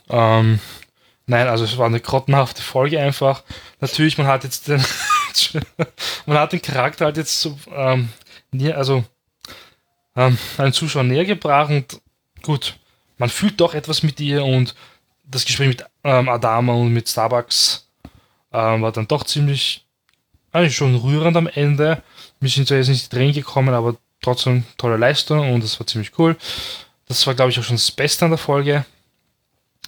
Ähm, nein, also es war eine grottenhafte Folge einfach. Natürlich, man hat jetzt den, (laughs) man hat den Charakter halt jetzt so, ähm, nie- also ähm, einem Zuschauer näher gebracht und gut, man fühlt doch etwas mit ihr und das Gespräch mit ähm, Adama und mit Starbucks ähm, war dann doch ziemlich eigentlich schon rührend am Ende. Mir sind zwar jetzt nicht die Tränen gekommen, aber trotzdem tolle Leistung und das war ziemlich cool. Das war, glaube ich, auch schon das Beste an der Folge.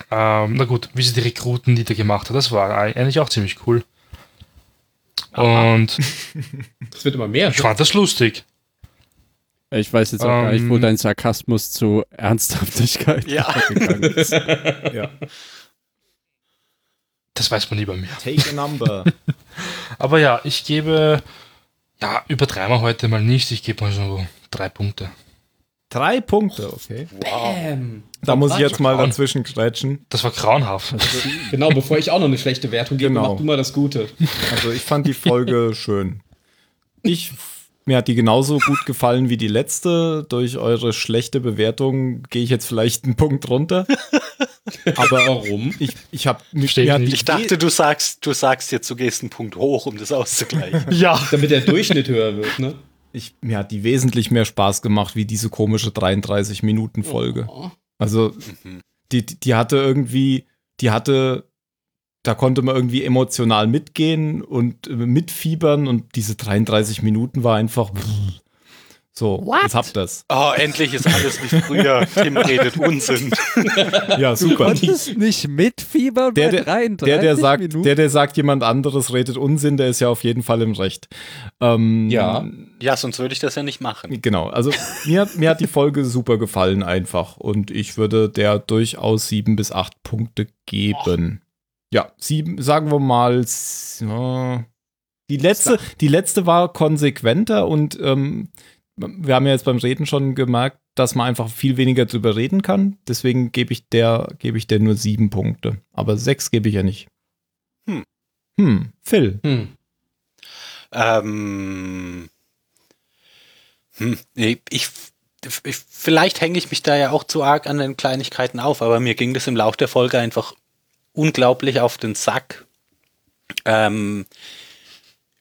Ähm, na gut, wie sie die Rekruten niedergemacht hat, das war eigentlich auch ziemlich cool. Und Das wird immer mehr. ich fand das lustig. Ich weiß jetzt auch gar nicht, wo Ähm. dein Sarkasmus zu Ernsthaftigkeit Ja. gegangen ist. Ja. Das weiß man lieber mehr. Take a number. Aber ja, ich gebe, ja, übertreiben wir heute mal nicht. Ich gebe mal so drei Punkte. Drei Punkte, okay. Bam. Da muss ich jetzt mal dazwischen quetschen. Das war grauenhaft. Genau, bevor ich auch noch eine schlechte Wertung gebe, Genau. mach du mal das (laughs) Gute. Also ich fand die Folge schön. Ich, mir hat die genauso gut gefallen wie die letzte. Durch eure schlechte Bewertung gehe ich jetzt vielleicht einen Punkt runter. Aber Warum? ich, ich habe mich. Verstehe ich mir hat die- nicht. Ich dachte, du sagst, du sagst jetzt, du gehst einen Punkt hoch, um das auszugleichen. ja. Damit der Durchschnitt höher wird, ne? ich, mir hat die wesentlich mehr Spaß gemacht wie diese komische Oh. 33-Minuten-Folge. Also, die, die die hatte irgendwie, die hatte, da konnte man irgendwie emotional mitgehen und äh, mitfiebern und diese 33 Minuten war einfach pff. so, jetzt habt das. Oh, endlich ist alles wie früher. Tim redet Unsinn. Ja, super. konntest nicht mitfiebern Der, bei der, 33 der, der sagt, Minuten? der, der sagt, jemand anderes redet Unsinn, der ist ja auf jeden Fall im Recht. Ähm, Ja. Ja, sonst würde ich das ja nicht machen. Genau, also mir, hat- mir hat die Folge super gefallen einfach und ich würde der durchaus sieben bis acht Punkte geben. Ja, sieben, sagen wir mal, s- ja. die letzte, die letzte war konsequenter und ähm, wir haben ja jetzt beim Reden schon gemerkt, dass man einfach viel weniger drüber reden kann. Deswegen gebe ich der, gebe ich der nur sieben Punkte. Aber sechs gebe ich ja nicht. Hm. Hm, Phil. Hm. Ähm, hm, nee, ich, ich, vielleicht hänge ich mich da ja auch zu arg an den Kleinigkeiten auf, aber mir ging das im Lauf der Folge einfach unglaublich auf den Sack, ähm,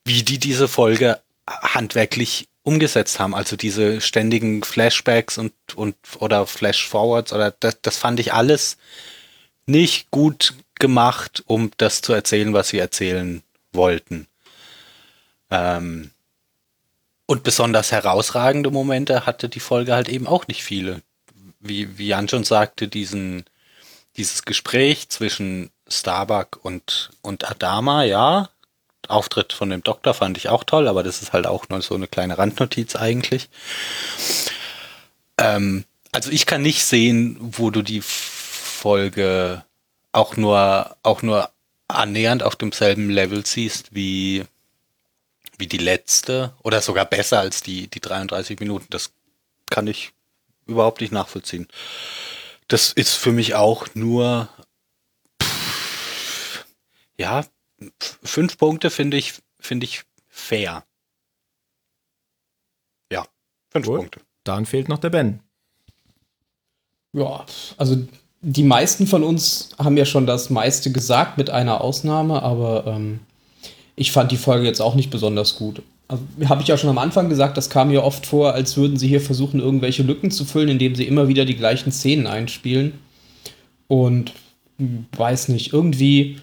wie die diese Folge handwerklich umgesetzt haben. Also diese ständigen Flashbacks und, und oder Flashforwards oder das, das fand ich alles nicht gut gemacht, um das zu erzählen, was sie erzählen wollten. Ähm, und besonders herausragende Momente hatte die Folge halt eben auch nicht viele. Wie, wie Jan schon sagte, diesen, dieses Gespräch zwischen Starbuck und, und Adama, ja. Auftritt von dem Doktor fand ich auch toll, aber das ist halt auch nur so eine kleine Randnotiz eigentlich. Ähm, also ich kann nicht sehen, wo du die Folge auch nur, auch nur annähernd auf demselben Level siehst wie wie die letzte oder sogar besser als die, die 33 Minuten. Das kann ich überhaupt nicht nachvollziehen. Das ist für mich auch nur, pff, ja, f- fünf Punkte finde ich, finde ich fair. Ja, fünf Gut. Punkte. Dann fehlt noch der Ben. Ja, also die meisten von uns haben ja schon das meiste gesagt, mit einer Ausnahme, aber ähm, ich fand die Folge jetzt auch nicht besonders gut. Also, Habe ich ja schon am Anfang gesagt, das kam mir oft vor, als würden sie hier versuchen, irgendwelche Lücken zu füllen, indem sie immer wieder die gleichen Szenen einspielen. Und hm, weiß nicht, irgendwie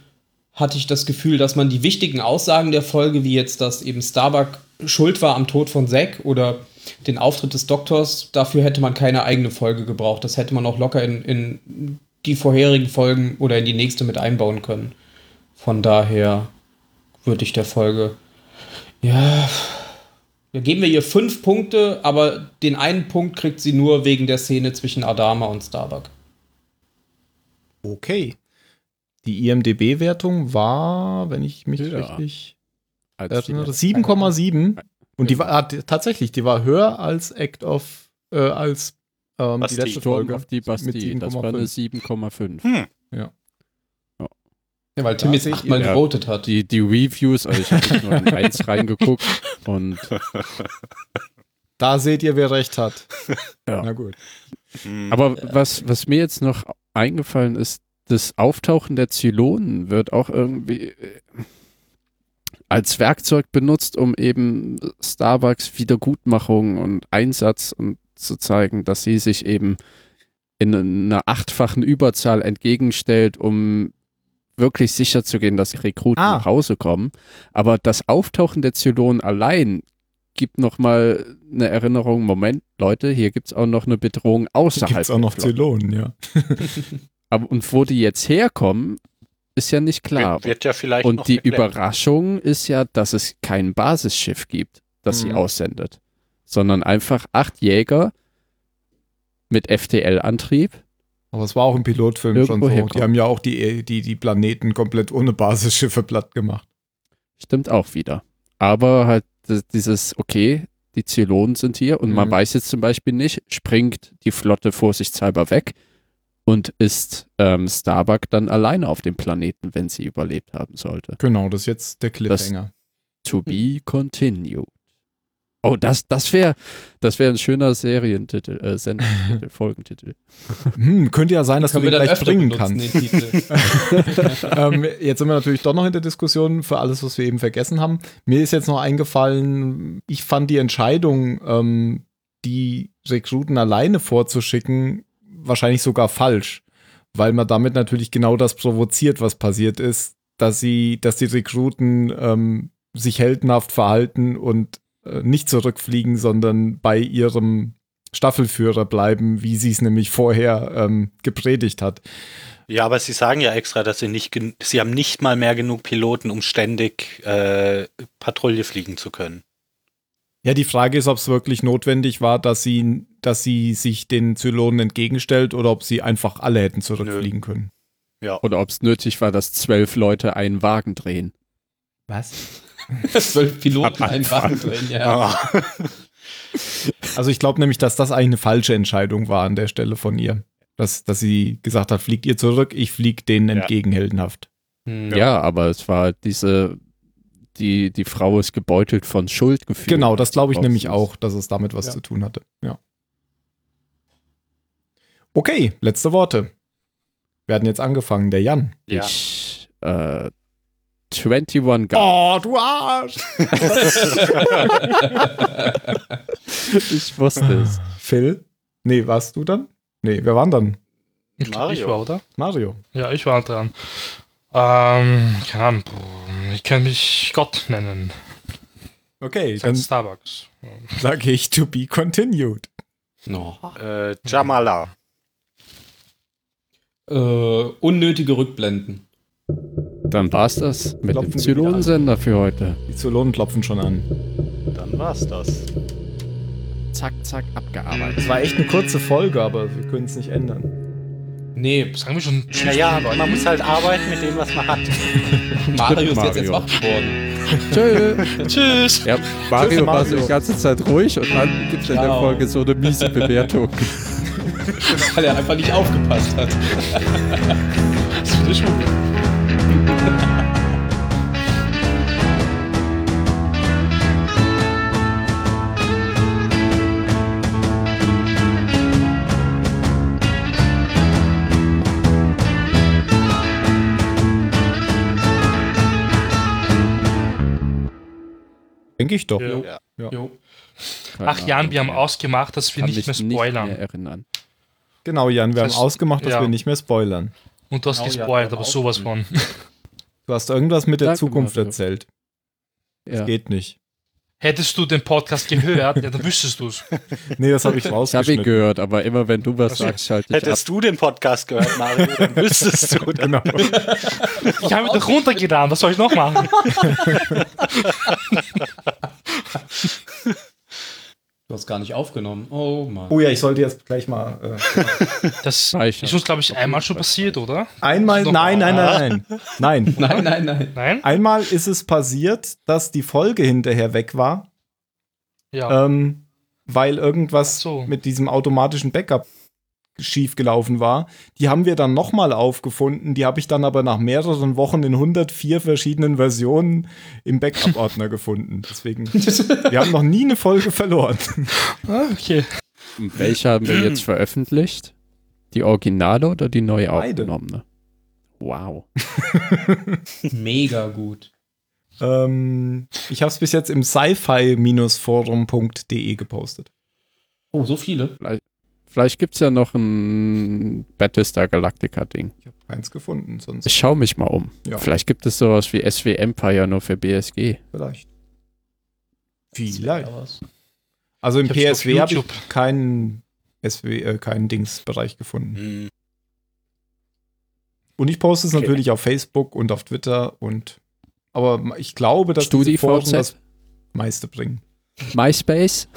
hatte ich das Gefühl, dass man die wichtigen Aussagen der Folge, wie jetzt, dass eben Starbuck schuld war am Tod von Zack oder den Auftritt des Doktors, dafür hätte man keine eigene Folge gebraucht. Das hätte man auch locker in, in die vorherigen Folgen oder in die nächste mit einbauen können. Von daher würde ich der Folge, ja, ja, geben wir ihr fünf Punkte, aber den einen Punkt kriegt sie nur wegen der Szene zwischen Adama und Starbuck. Okay. Die IMDB-Wertung war, wenn ich mich Ja. richtig Als die erinnere, letzte. 7,7. Und die war ah, die- tatsächlich, die war höher als Act of, äh, als ähm, die Bastille. letzte Sturm Folge. auf die Bastille, das war eine 7,5. 7,5. Ja, weil Ja, Tim jetzt sehe ich achtmal ihr. Ja. gewotet hat. Die, die Reviews, also ich habe nur in eins reingeguckt (laughs) und Da seht ihr, wer recht hat. (laughs) Ja. Na gut. Hm. Aber was, was mir jetzt noch eingefallen ist, das Auftauchen der Zylonen wird auch irgendwie äh, als Werkzeug benutzt, um eben Starbucks Wiedergutmachung und Einsatz und zu zeigen, dass sie sich eben in einer achtfachen Überzahl entgegenstellt, um wirklich sicher zu gehen, dass die Rekruten Ah. nach Hause kommen. Aber das Auftauchen der Zylonen allein gibt nochmal eine Erinnerung, Moment, Leute, hier gibt es auch noch eine Bedrohung außerhalb. Gibt es auch noch der Flotte. Zylonen, ja. Aber, und wo die jetzt herkommen, ist ja nicht klar. Wird, wird ja vielleicht noch und die geklärt. Überraschung ist ja, dass es kein Basisschiff gibt, das sie Mhm. aussendet, sondern einfach acht Jäger mit FTL-Antrieb. Aber es war auch im Pilotfilm Irgendwo schon so. herkommen. Die haben ja auch die, äh, die, die Planeten komplett ohne Basisschiffe platt gemacht. Stimmt auch wieder. Aber halt d- dieses, okay, die Zylonen sind hier und man Mhm. weiß jetzt zum Beispiel nicht, springt die Flotte vorsichtshalber weg und ist ähm, Starbuck dann alleine auf dem Planeten, wenn sie überlebt haben sollte. Genau, das ist jetzt der Cliffhanger. To be continued. Oh, das, das wäre das wär ein schöner Serientitel, äh, (laughs) Sendentitel, Folgentitel. Hm, könnte ja sein, dass du Können den wir dann gleich öfter bringen benutzen, kannst. den (laughs) Titel. ähm, jetzt sind wir natürlich doch noch in der Diskussion für alles, was wir eben vergessen haben. Mir ist jetzt noch eingefallen, ich fand die Entscheidung, ähm, die Rekruten alleine vorzuschicken, wahrscheinlich sogar falsch, weil man damit natürlich genau das provoziert, was passiert ist, dass sie, dass die Rekruten ähm, sich heldenhaft verhalten und äh, nicht zurückfliegen, sondern bei ihrem Staffelführer bleiben, wie sie es nämlich vorher ähm, gepredigt hat. Ja, aber sie sagen ja extra, dass sie nicht, gen- sie haben nicht mal mehr genug Piloten, um ständig äh, Patrouille fliegen zu können. Ja, die Frage ist, ob es wirklich notwendig war, dass sie, dass sie sich den Zylonen entgegenstellt oder ob sie einfach alle hätten zurückfliegen können. Ja. Oder ob es nötig war, dass zwölf Leute einen Wagen drehen. (laughs) Was? Zwölf Piloten einfach drin, ja. Ah. Also ich glaube nämlich, dass das eigentlich eine falsche Entscheidung war an der Stelle von ihr. Dass, dass sie gesagt hat, fliegt ihr zurück, ich flieg denen Ja. entgegen heldenhaft. Hm, Ja, aber es war halt diese, die, die Frau ist gebeutelt von Schuldgefühl. Genau, das glaube ich Raus nämlich ist. auch, dass es damit was Ja. zu tun hatte. Ja. Okay, letzte Worte. Wir hatten jetzt angefangen, der Jan. Ja. Ich, äh, 21 Guns. Oh, du Arsch! (laughs) Ich wusste es. (laughs) Phil? Nee, warst du dann? Nee, wer waren dann? Ich, glaub, ich Mario. war, oder? Mario. Ja, ich war dran. Ähm, keine Ahnung. bruh, Ich kann mich Gott nennen. Okay, Ich dann Starbucks. sage ich to be continued. No. Äh, Jamala. Äh, unnötige Rückblenden. Dann war's das mit Klopfen dem wir wieder an. Zylonensender für heute. Die Zylonen klopfen schon an. Dann war's das. Zack, zack, abgearbeitet. Es war echt eine kurze Folge, aber wir können es nicht ändern. Nee, Sagen wir schon. Naja, man muss halt arbeiten mit dem, was man hat. Mario ist Mario. jetzt jetzt wach geworden. (laughs) Tschö. Tschüss. Ja, Tschüss, Mario war Mario. so die ganze Zeit ruhig und dann gibt es in der Ciao. Folge so eine miese Bewertung. Weil er einfach nicht aufgepasst hat. Denke ich doch. Jo. Ja. Jo. Ach Jan, wir haben ausgemacht, dass wir Kann nicht mehr mich spoilern. Nicht mehr erinnern. Genau, Jan, wir Das- haben ausgemacht, dass ja. wir nicht mehr spoilern. Und du hast Genau, ja, gespoilt, aber aber auch sowas von. (laughs) Du hast irgendwas mit der Danke, Zukunft Mario. erzählt. Ja. Geht nicht. Hättest du den Podcast gehört, ja, dann wüsstest du es. Nee, das (laughs) habe ich Ich habe ihn rausgeschnitten. gehört, aber immer wenn du was Also, sagst, schalte ich ab. (laughs) Hättest du den Podcast gehört, Mario, dann wüsstest (laughs) du. Dann Genau. Ich habe ihn doch runtergetan, was soll ich noch machen? Du hast gar nicht aufgenommen. Oh Mann. Oh ja, ich sollte jetzt gleich mal. Äh, (laughs) Das Speichern. ist uns, glaube ich, einmal schon passiert, oder? einmal. Doch. Nein, nein, (laughs) nein, nein. Nein. Nein, nein, nein. Nein? Einmal ist es passiert, dass die Folge hinterher weg war, Ja. ähm, weil irgendwas Ach so. mit diesem automatischen Backup schief gelaufen war. Die haben wir dann nochmal aufgefunden. Die habe ich dann aber nach mehreren Wochen in 104 verschiedenen Versionen im Backup-Ordner (laughs) gefunden. (laughs) Deswegen, wir haben noch nie eine Folge verloren. Ah, okay. Welche haben wir jetzt veröffentlicht? Die Originale oder die neu Beide. aufgenommene? Wow. Mega gut. ähm, ich habe es bis jetzt im sci-fi-forum.de gepostet. Oh, so viele. Vielleicht gibt es ja noch ein Battlestar Galactica-Ding. Ich habe keins gefunden, sonst Ich schaue mich mal um. Ja. Vielleicht gibt es sowas wie SW Empire nur für BSG. vielleicht. Vielleicht. Vielleicht. Also im Ich hab's auf PSW habe ich YouTube. keinen, SW, äh, keinen Dingsbereich gefunden. (laughs) Hm, Und ich poste es Okay. natürlich auf Facebook und auf Twitter und aber ich glaube, dass diese Foren das StudiVZ, meiste bringen. MySpace.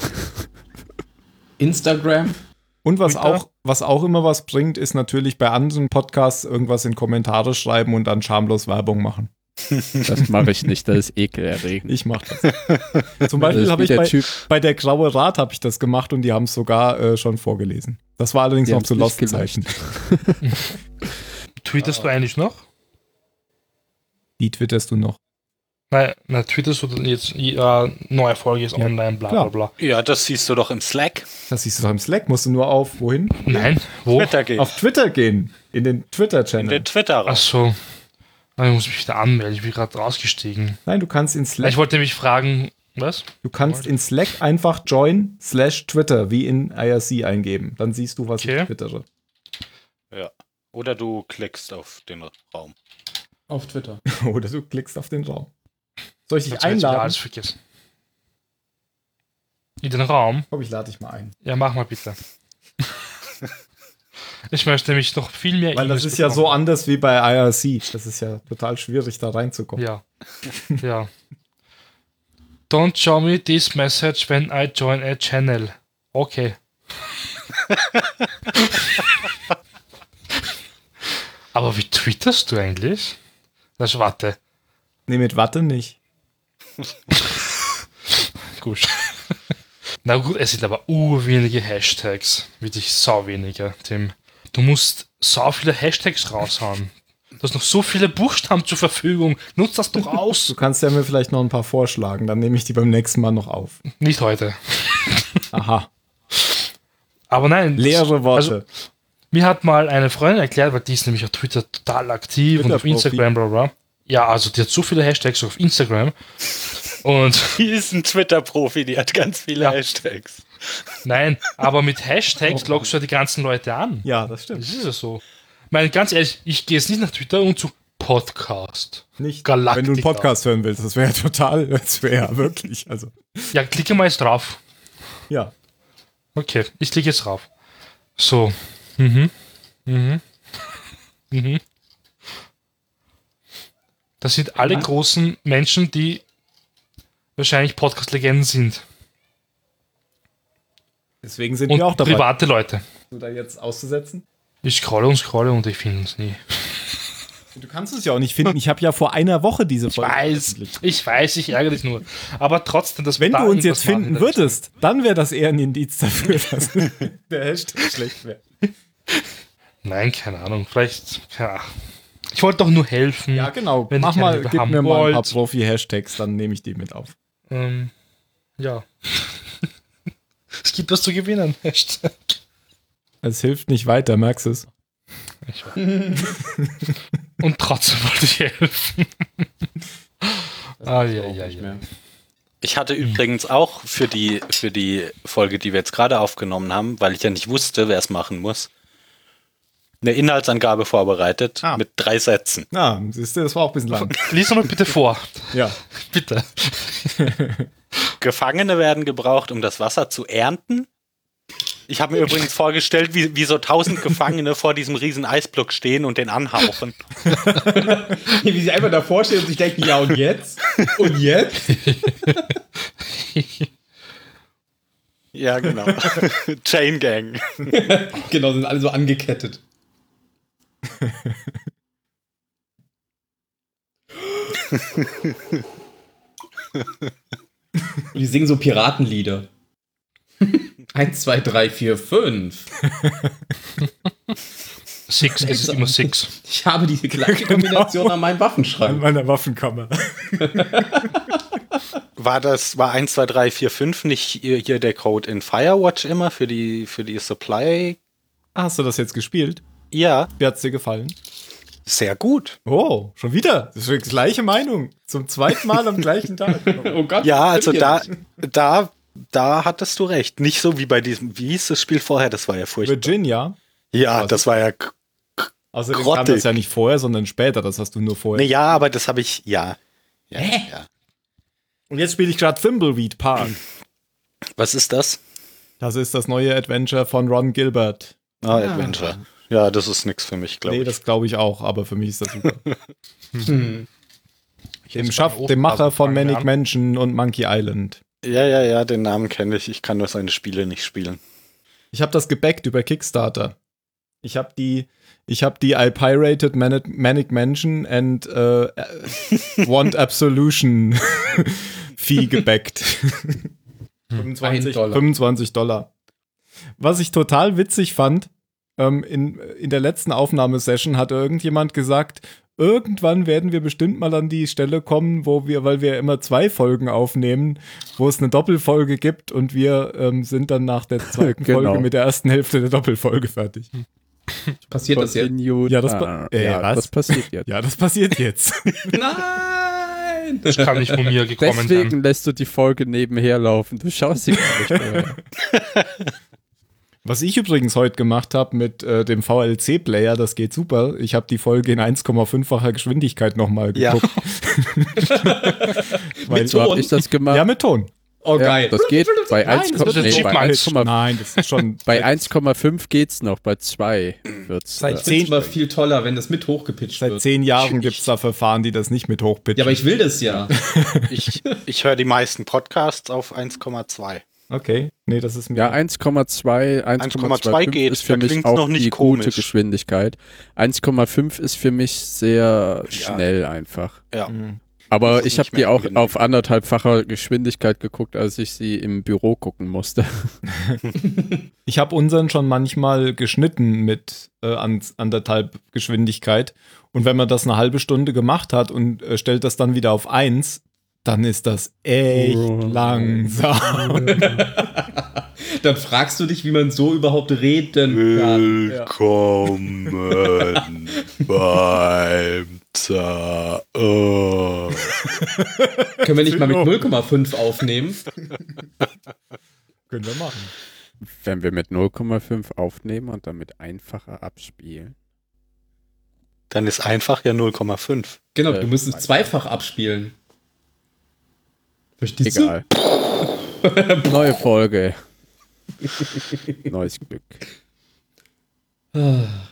Instagram. Und was Twitter? auch, was auch immer was bringt, ist natürlich bei anderen Podcasts irgendwas in Kommentare schreiben und dann schamlos Werbung machen. Das mache ich nicht, das ist ekelerregend. Ich mache (laughs) das. Zum Das Beispiel ist habe wie ich der bei, Typ, bei der Graue Rat habe ich das gemacht und die haben es sogar äh, schon vorgelesen. Das war allerdings Die noch haben's zu nicht Lost-Zeiten. Twitterst Ah. du eigentlich noch? Die twitterst du noch. Nein, na, twitterst du dann jetzt, ja, neue Folge ist Ja, online, bla klar. bla bla. Ja, das siehst du doch im Slack. Das siehst du doch im Slack, musst du nur auf wohin? Nein, wo? Oh, Twitter geht. Auf Twitter gehen. In den In Twitter-Channel. den Twitter raus. Achso. Ich muss mich wieder anmelden, ich bin gerade rausgestiegen. Nein, du kannst in Ich Slack, wollte nämlich fragen, was? du kannst in Slack einfach join slash Twitter wie in IRC eingeben. Dann siehst du, was Okay. ich twittere. (laughs) Oder du klickst auf den Raum. Auf Twitter. Oder du klickst auf den Raum. Soll ich dich hab jetzt wieder einladen? alles vergessen. In den Raum? Komm, ich lade dich mal ein. Ja, mach (laughs) mal bitte. ich möchte nämlich noch viel mehr Weil das E-Mails ist ja so bekommen. anders wie bei IRC. Das ist ja total schwierig, da reinzukommen. Ja. ja. Don't show me this message when I join a channel. Okay. Aber wie twitterst du eigentlich? Das warte. Nee, mit Watte nicht. Gut. Na gut, es sind aber urwenige Hashtags. Wirklich sau wenige, Tim. Du musst sau viele Hashtags raushauen. Du hast noch so viele Buchstaben zur Verfügung. Nutz das doch (laughs) aus. Du kannst ja mir vielleicht noch ein paar vorschlagen, dann nehme ich die beim nächsten Mal noch auf. Nicht heute. Aha. Aber nein. also Leere Worte. Mir hat mal eine Freundin erklärt, weil die ist nämlich auf Twitter total aktiv und auf Twitter-Profi. Instagram, bla bla. Ja, also die hat so viele Hashtags auf Instagram. Und (laughs) Die ist ein Twitter-Profi, die hat ganz viele Ja. Hashtags. nein, aber mit Hashtags Oh. lockst du ja die ganzen Leute an. ja, das stimmt. Das ist ja so. Ich meine, ganz ehrlich, ich gehe jetzt nicht nach Twitter und zu Podcast. Nicht, Galactica. wenn du einen Podcast hören willst, das wäre ja total, (laughs) das wäre ja wirklich, also, Ja, klicke mal jetzt drauf. ja. Okay, ich klicke jetzt drauf. So. Mhm. Mhm. (laughs) Mhm. Das sind alle großen Menschen, die wahrscheinlich Podcast-Legenden sind. Deswegen sind Und wir auch dabei. private Leute. du da jetzt auszusetzen? Ich scrolle und scrolle und ich finde uns nie. Du kannst es ja auch nicht finden. Ich habe ja vor einer Woche diese Folge. Weiß, veröffentlicht. ich weiß, ich ärgere dich nur. Aber trotzdem, dass wir Wenn da du uns jetzt irgendwas finden machen, das- würdest, dann wäre das eher ein Indiz (laughs) dafür, dass der Hashtag schlecht wäre. Nein, keine Ahnung. Vielleicht, ja. Ich wollte doch nur helfen. Ja, genau. Wenn Mach ich mal, eine gib haben mir mal ein paar wollt. Profi-Hashtags, dann nehme ich die mit auf. Ähm, ja. (laughs) es gibt was zu gewinnen. (laughs) Echt. Es hilft nicht weiter, merkst du es? Ich weiß. Und trotzdem wollte ich helfen. ah, ja, ja, Nicht ja. mehr. Ich hatte übrigens auch für die, für die Folge, die wir jetzt gerade aufgenommen haben, weil ich ja nicht wusste, wer es machen muss, eine Inhaltsangabe vorbereitet Ah. mit drei Sätzen. Na, siehst du, das war auch ein bisschen lang. Lies doch mal bitte vor. Ja. Bitte. Gefangene werden gebraucht, um das Wasser zu ernten. Ich habe mir übrigens vorgestellt, wie, wie so tausend Gefangene vor diesem riesen Eisblock stehen und den anhauchen. (laughs) Wie sie einfach davor stehen und sich denken, ja und jetzt? Und jetzt? Ja, genau. (laughs) Chain Gang. Genau, sind alle so angekettet. Und die singen so Piratenlieder. Eins, zwei, drei, vier, fünf. Six, es ist immer Six. Ich habe diese gleiche Genau. Kombination an meinem An Waffenschrank. meiner Waffenkammer. War das, war 1, 2, 3, 4, 5 nicht hier, hier der Code in Firewatch immer für die, für die Supply? Hast du das jetzt gespielt? Ja, Wie hat's dir gefallen? sehr gut. Oh, schon wieder. Das ist die gleiche Meinung. Zum zweiten Mal am gleichen Tag. (laughs) Oh Gott. Ja, also stimmt da, nicht. da, da hattest du recht. Nicht so wie bei diesem, wie hieß das Spiel vorher? Das war ja furchtbar. Virginia. Ja, das war ja. k- Außerdem kam Grottig. das ja nicht vorher, sondern später. Das hast du nur Nee, vorher. ja, aber das habe ich, ja. ja, Hä? ja. Und jetzt spiele ich gerade Thimbleweed Park. Was ist das? Das ist das neue Adventure von Ron Gilbert. Ah, Adventure. Ja, das ist nichts für mich, glaube nee, ich. das glaube ich auch, aber für mich ist das (laughs) super. Hm. dem, Schaff, dem Macher von Manic Mansion und Monkey Island. Ja, ja, ja, den Namen kenne ich. Ich kann nur seine Spiele nicht spielen. Ich habe das gebackt über Kickstarter. Ich habe die, ich habe die I pirated Manic, Manic Mansion and äh, äh, (laughs) Want Absolution (laughs) Fee gebackt. 25, Hm, Ein Dollar. 25 Dollar. Was ich total witzig fand, ähm, in, in der letzten Aufnahmesession hatte irgendjemand gesagt, irgendwann werden wir bestimmt mal an die Stelle kommen, wo wir, weil wir immer zwei Folgen aufnehmen, wo es eine Doppelfolge gibt und wir ähm, sind dann nach der zweiten Genau. Folge mit der ersten Hälfte der Doppelfolge fertig. Passiert das jetzt? Continued. Ja, das pa- Ah, äh, ja, was? das passiert (laughs) jetzt. Ja, das passiert jetzt. Nein! Das kann nicht von mir gekommen sein. Deswegen lässt du die Folge nebenher laufen. Du schaust sie gar nicht (laughs) mehr. Was ich übrigens heute gemacht habe mit äh, dem VLC-Player, das geht super. Ich habe die Folge in 1,5-facher Geschwindigkeit nochmal Ja. geguckt. (laughs) Weil- So habe ich das gemacht. Ja, mit Ton. Oh, Ja, geil. Das geht bei Nein, 1, das wird halt. nee, jetzt bei Chipmunks. 1,5 Nein, das ist schon bei 1,5 geht's noch, bei 2 wird's. Seit äh, Ich finde zehn- es immer viel toller, wenn das mit hochgepitcht Seit wird. zehn Jahren gibt es da Verfahren, die das nicht mit hochpitchen. Ja, aber ich will das ja. (laughs) Ich, ich höre die meisten Podcasts auf 1,2. okay, nee, das ist mir. Ja, 1,2, 1,2 geht, geht. ist für da mich klingt's auch noch nicht die komisch. gute Geschwindigkeit. 1,5 ist für mich sehr schnell einfach. Ja. Mhm. Aber ist ich nicht habe die mehr auch drin. auf anderthalbfacher Geschwindigkeit geguckt, als ich sie im Büro gucken musste. (laughs) Ich habe unseren schon manchmal geschnitten mit äh, an, anderthalb Geschwindigkeit. Und wenn man das eine halbe Stunde gemacht hat und äh, stellt das dann wieder auf eins, dann ist das echt langsam. (laughs) Dann fragst du dich, wie man so überhaupt Äh, reden (laughs) kann. Willkommen beim Zar. Oh. Können wir nicht mal mit 0,5 aufnehmen? Können wir machen. Wenn wir mit 0,5 aufnehmen und damit einfacher abspielen. Dann ist einfach ja 0,5. Genau, du musst es zweifach abspielen. (laughs) Verstehst Egal. Neue Folge. Neues Glück. du? Ah,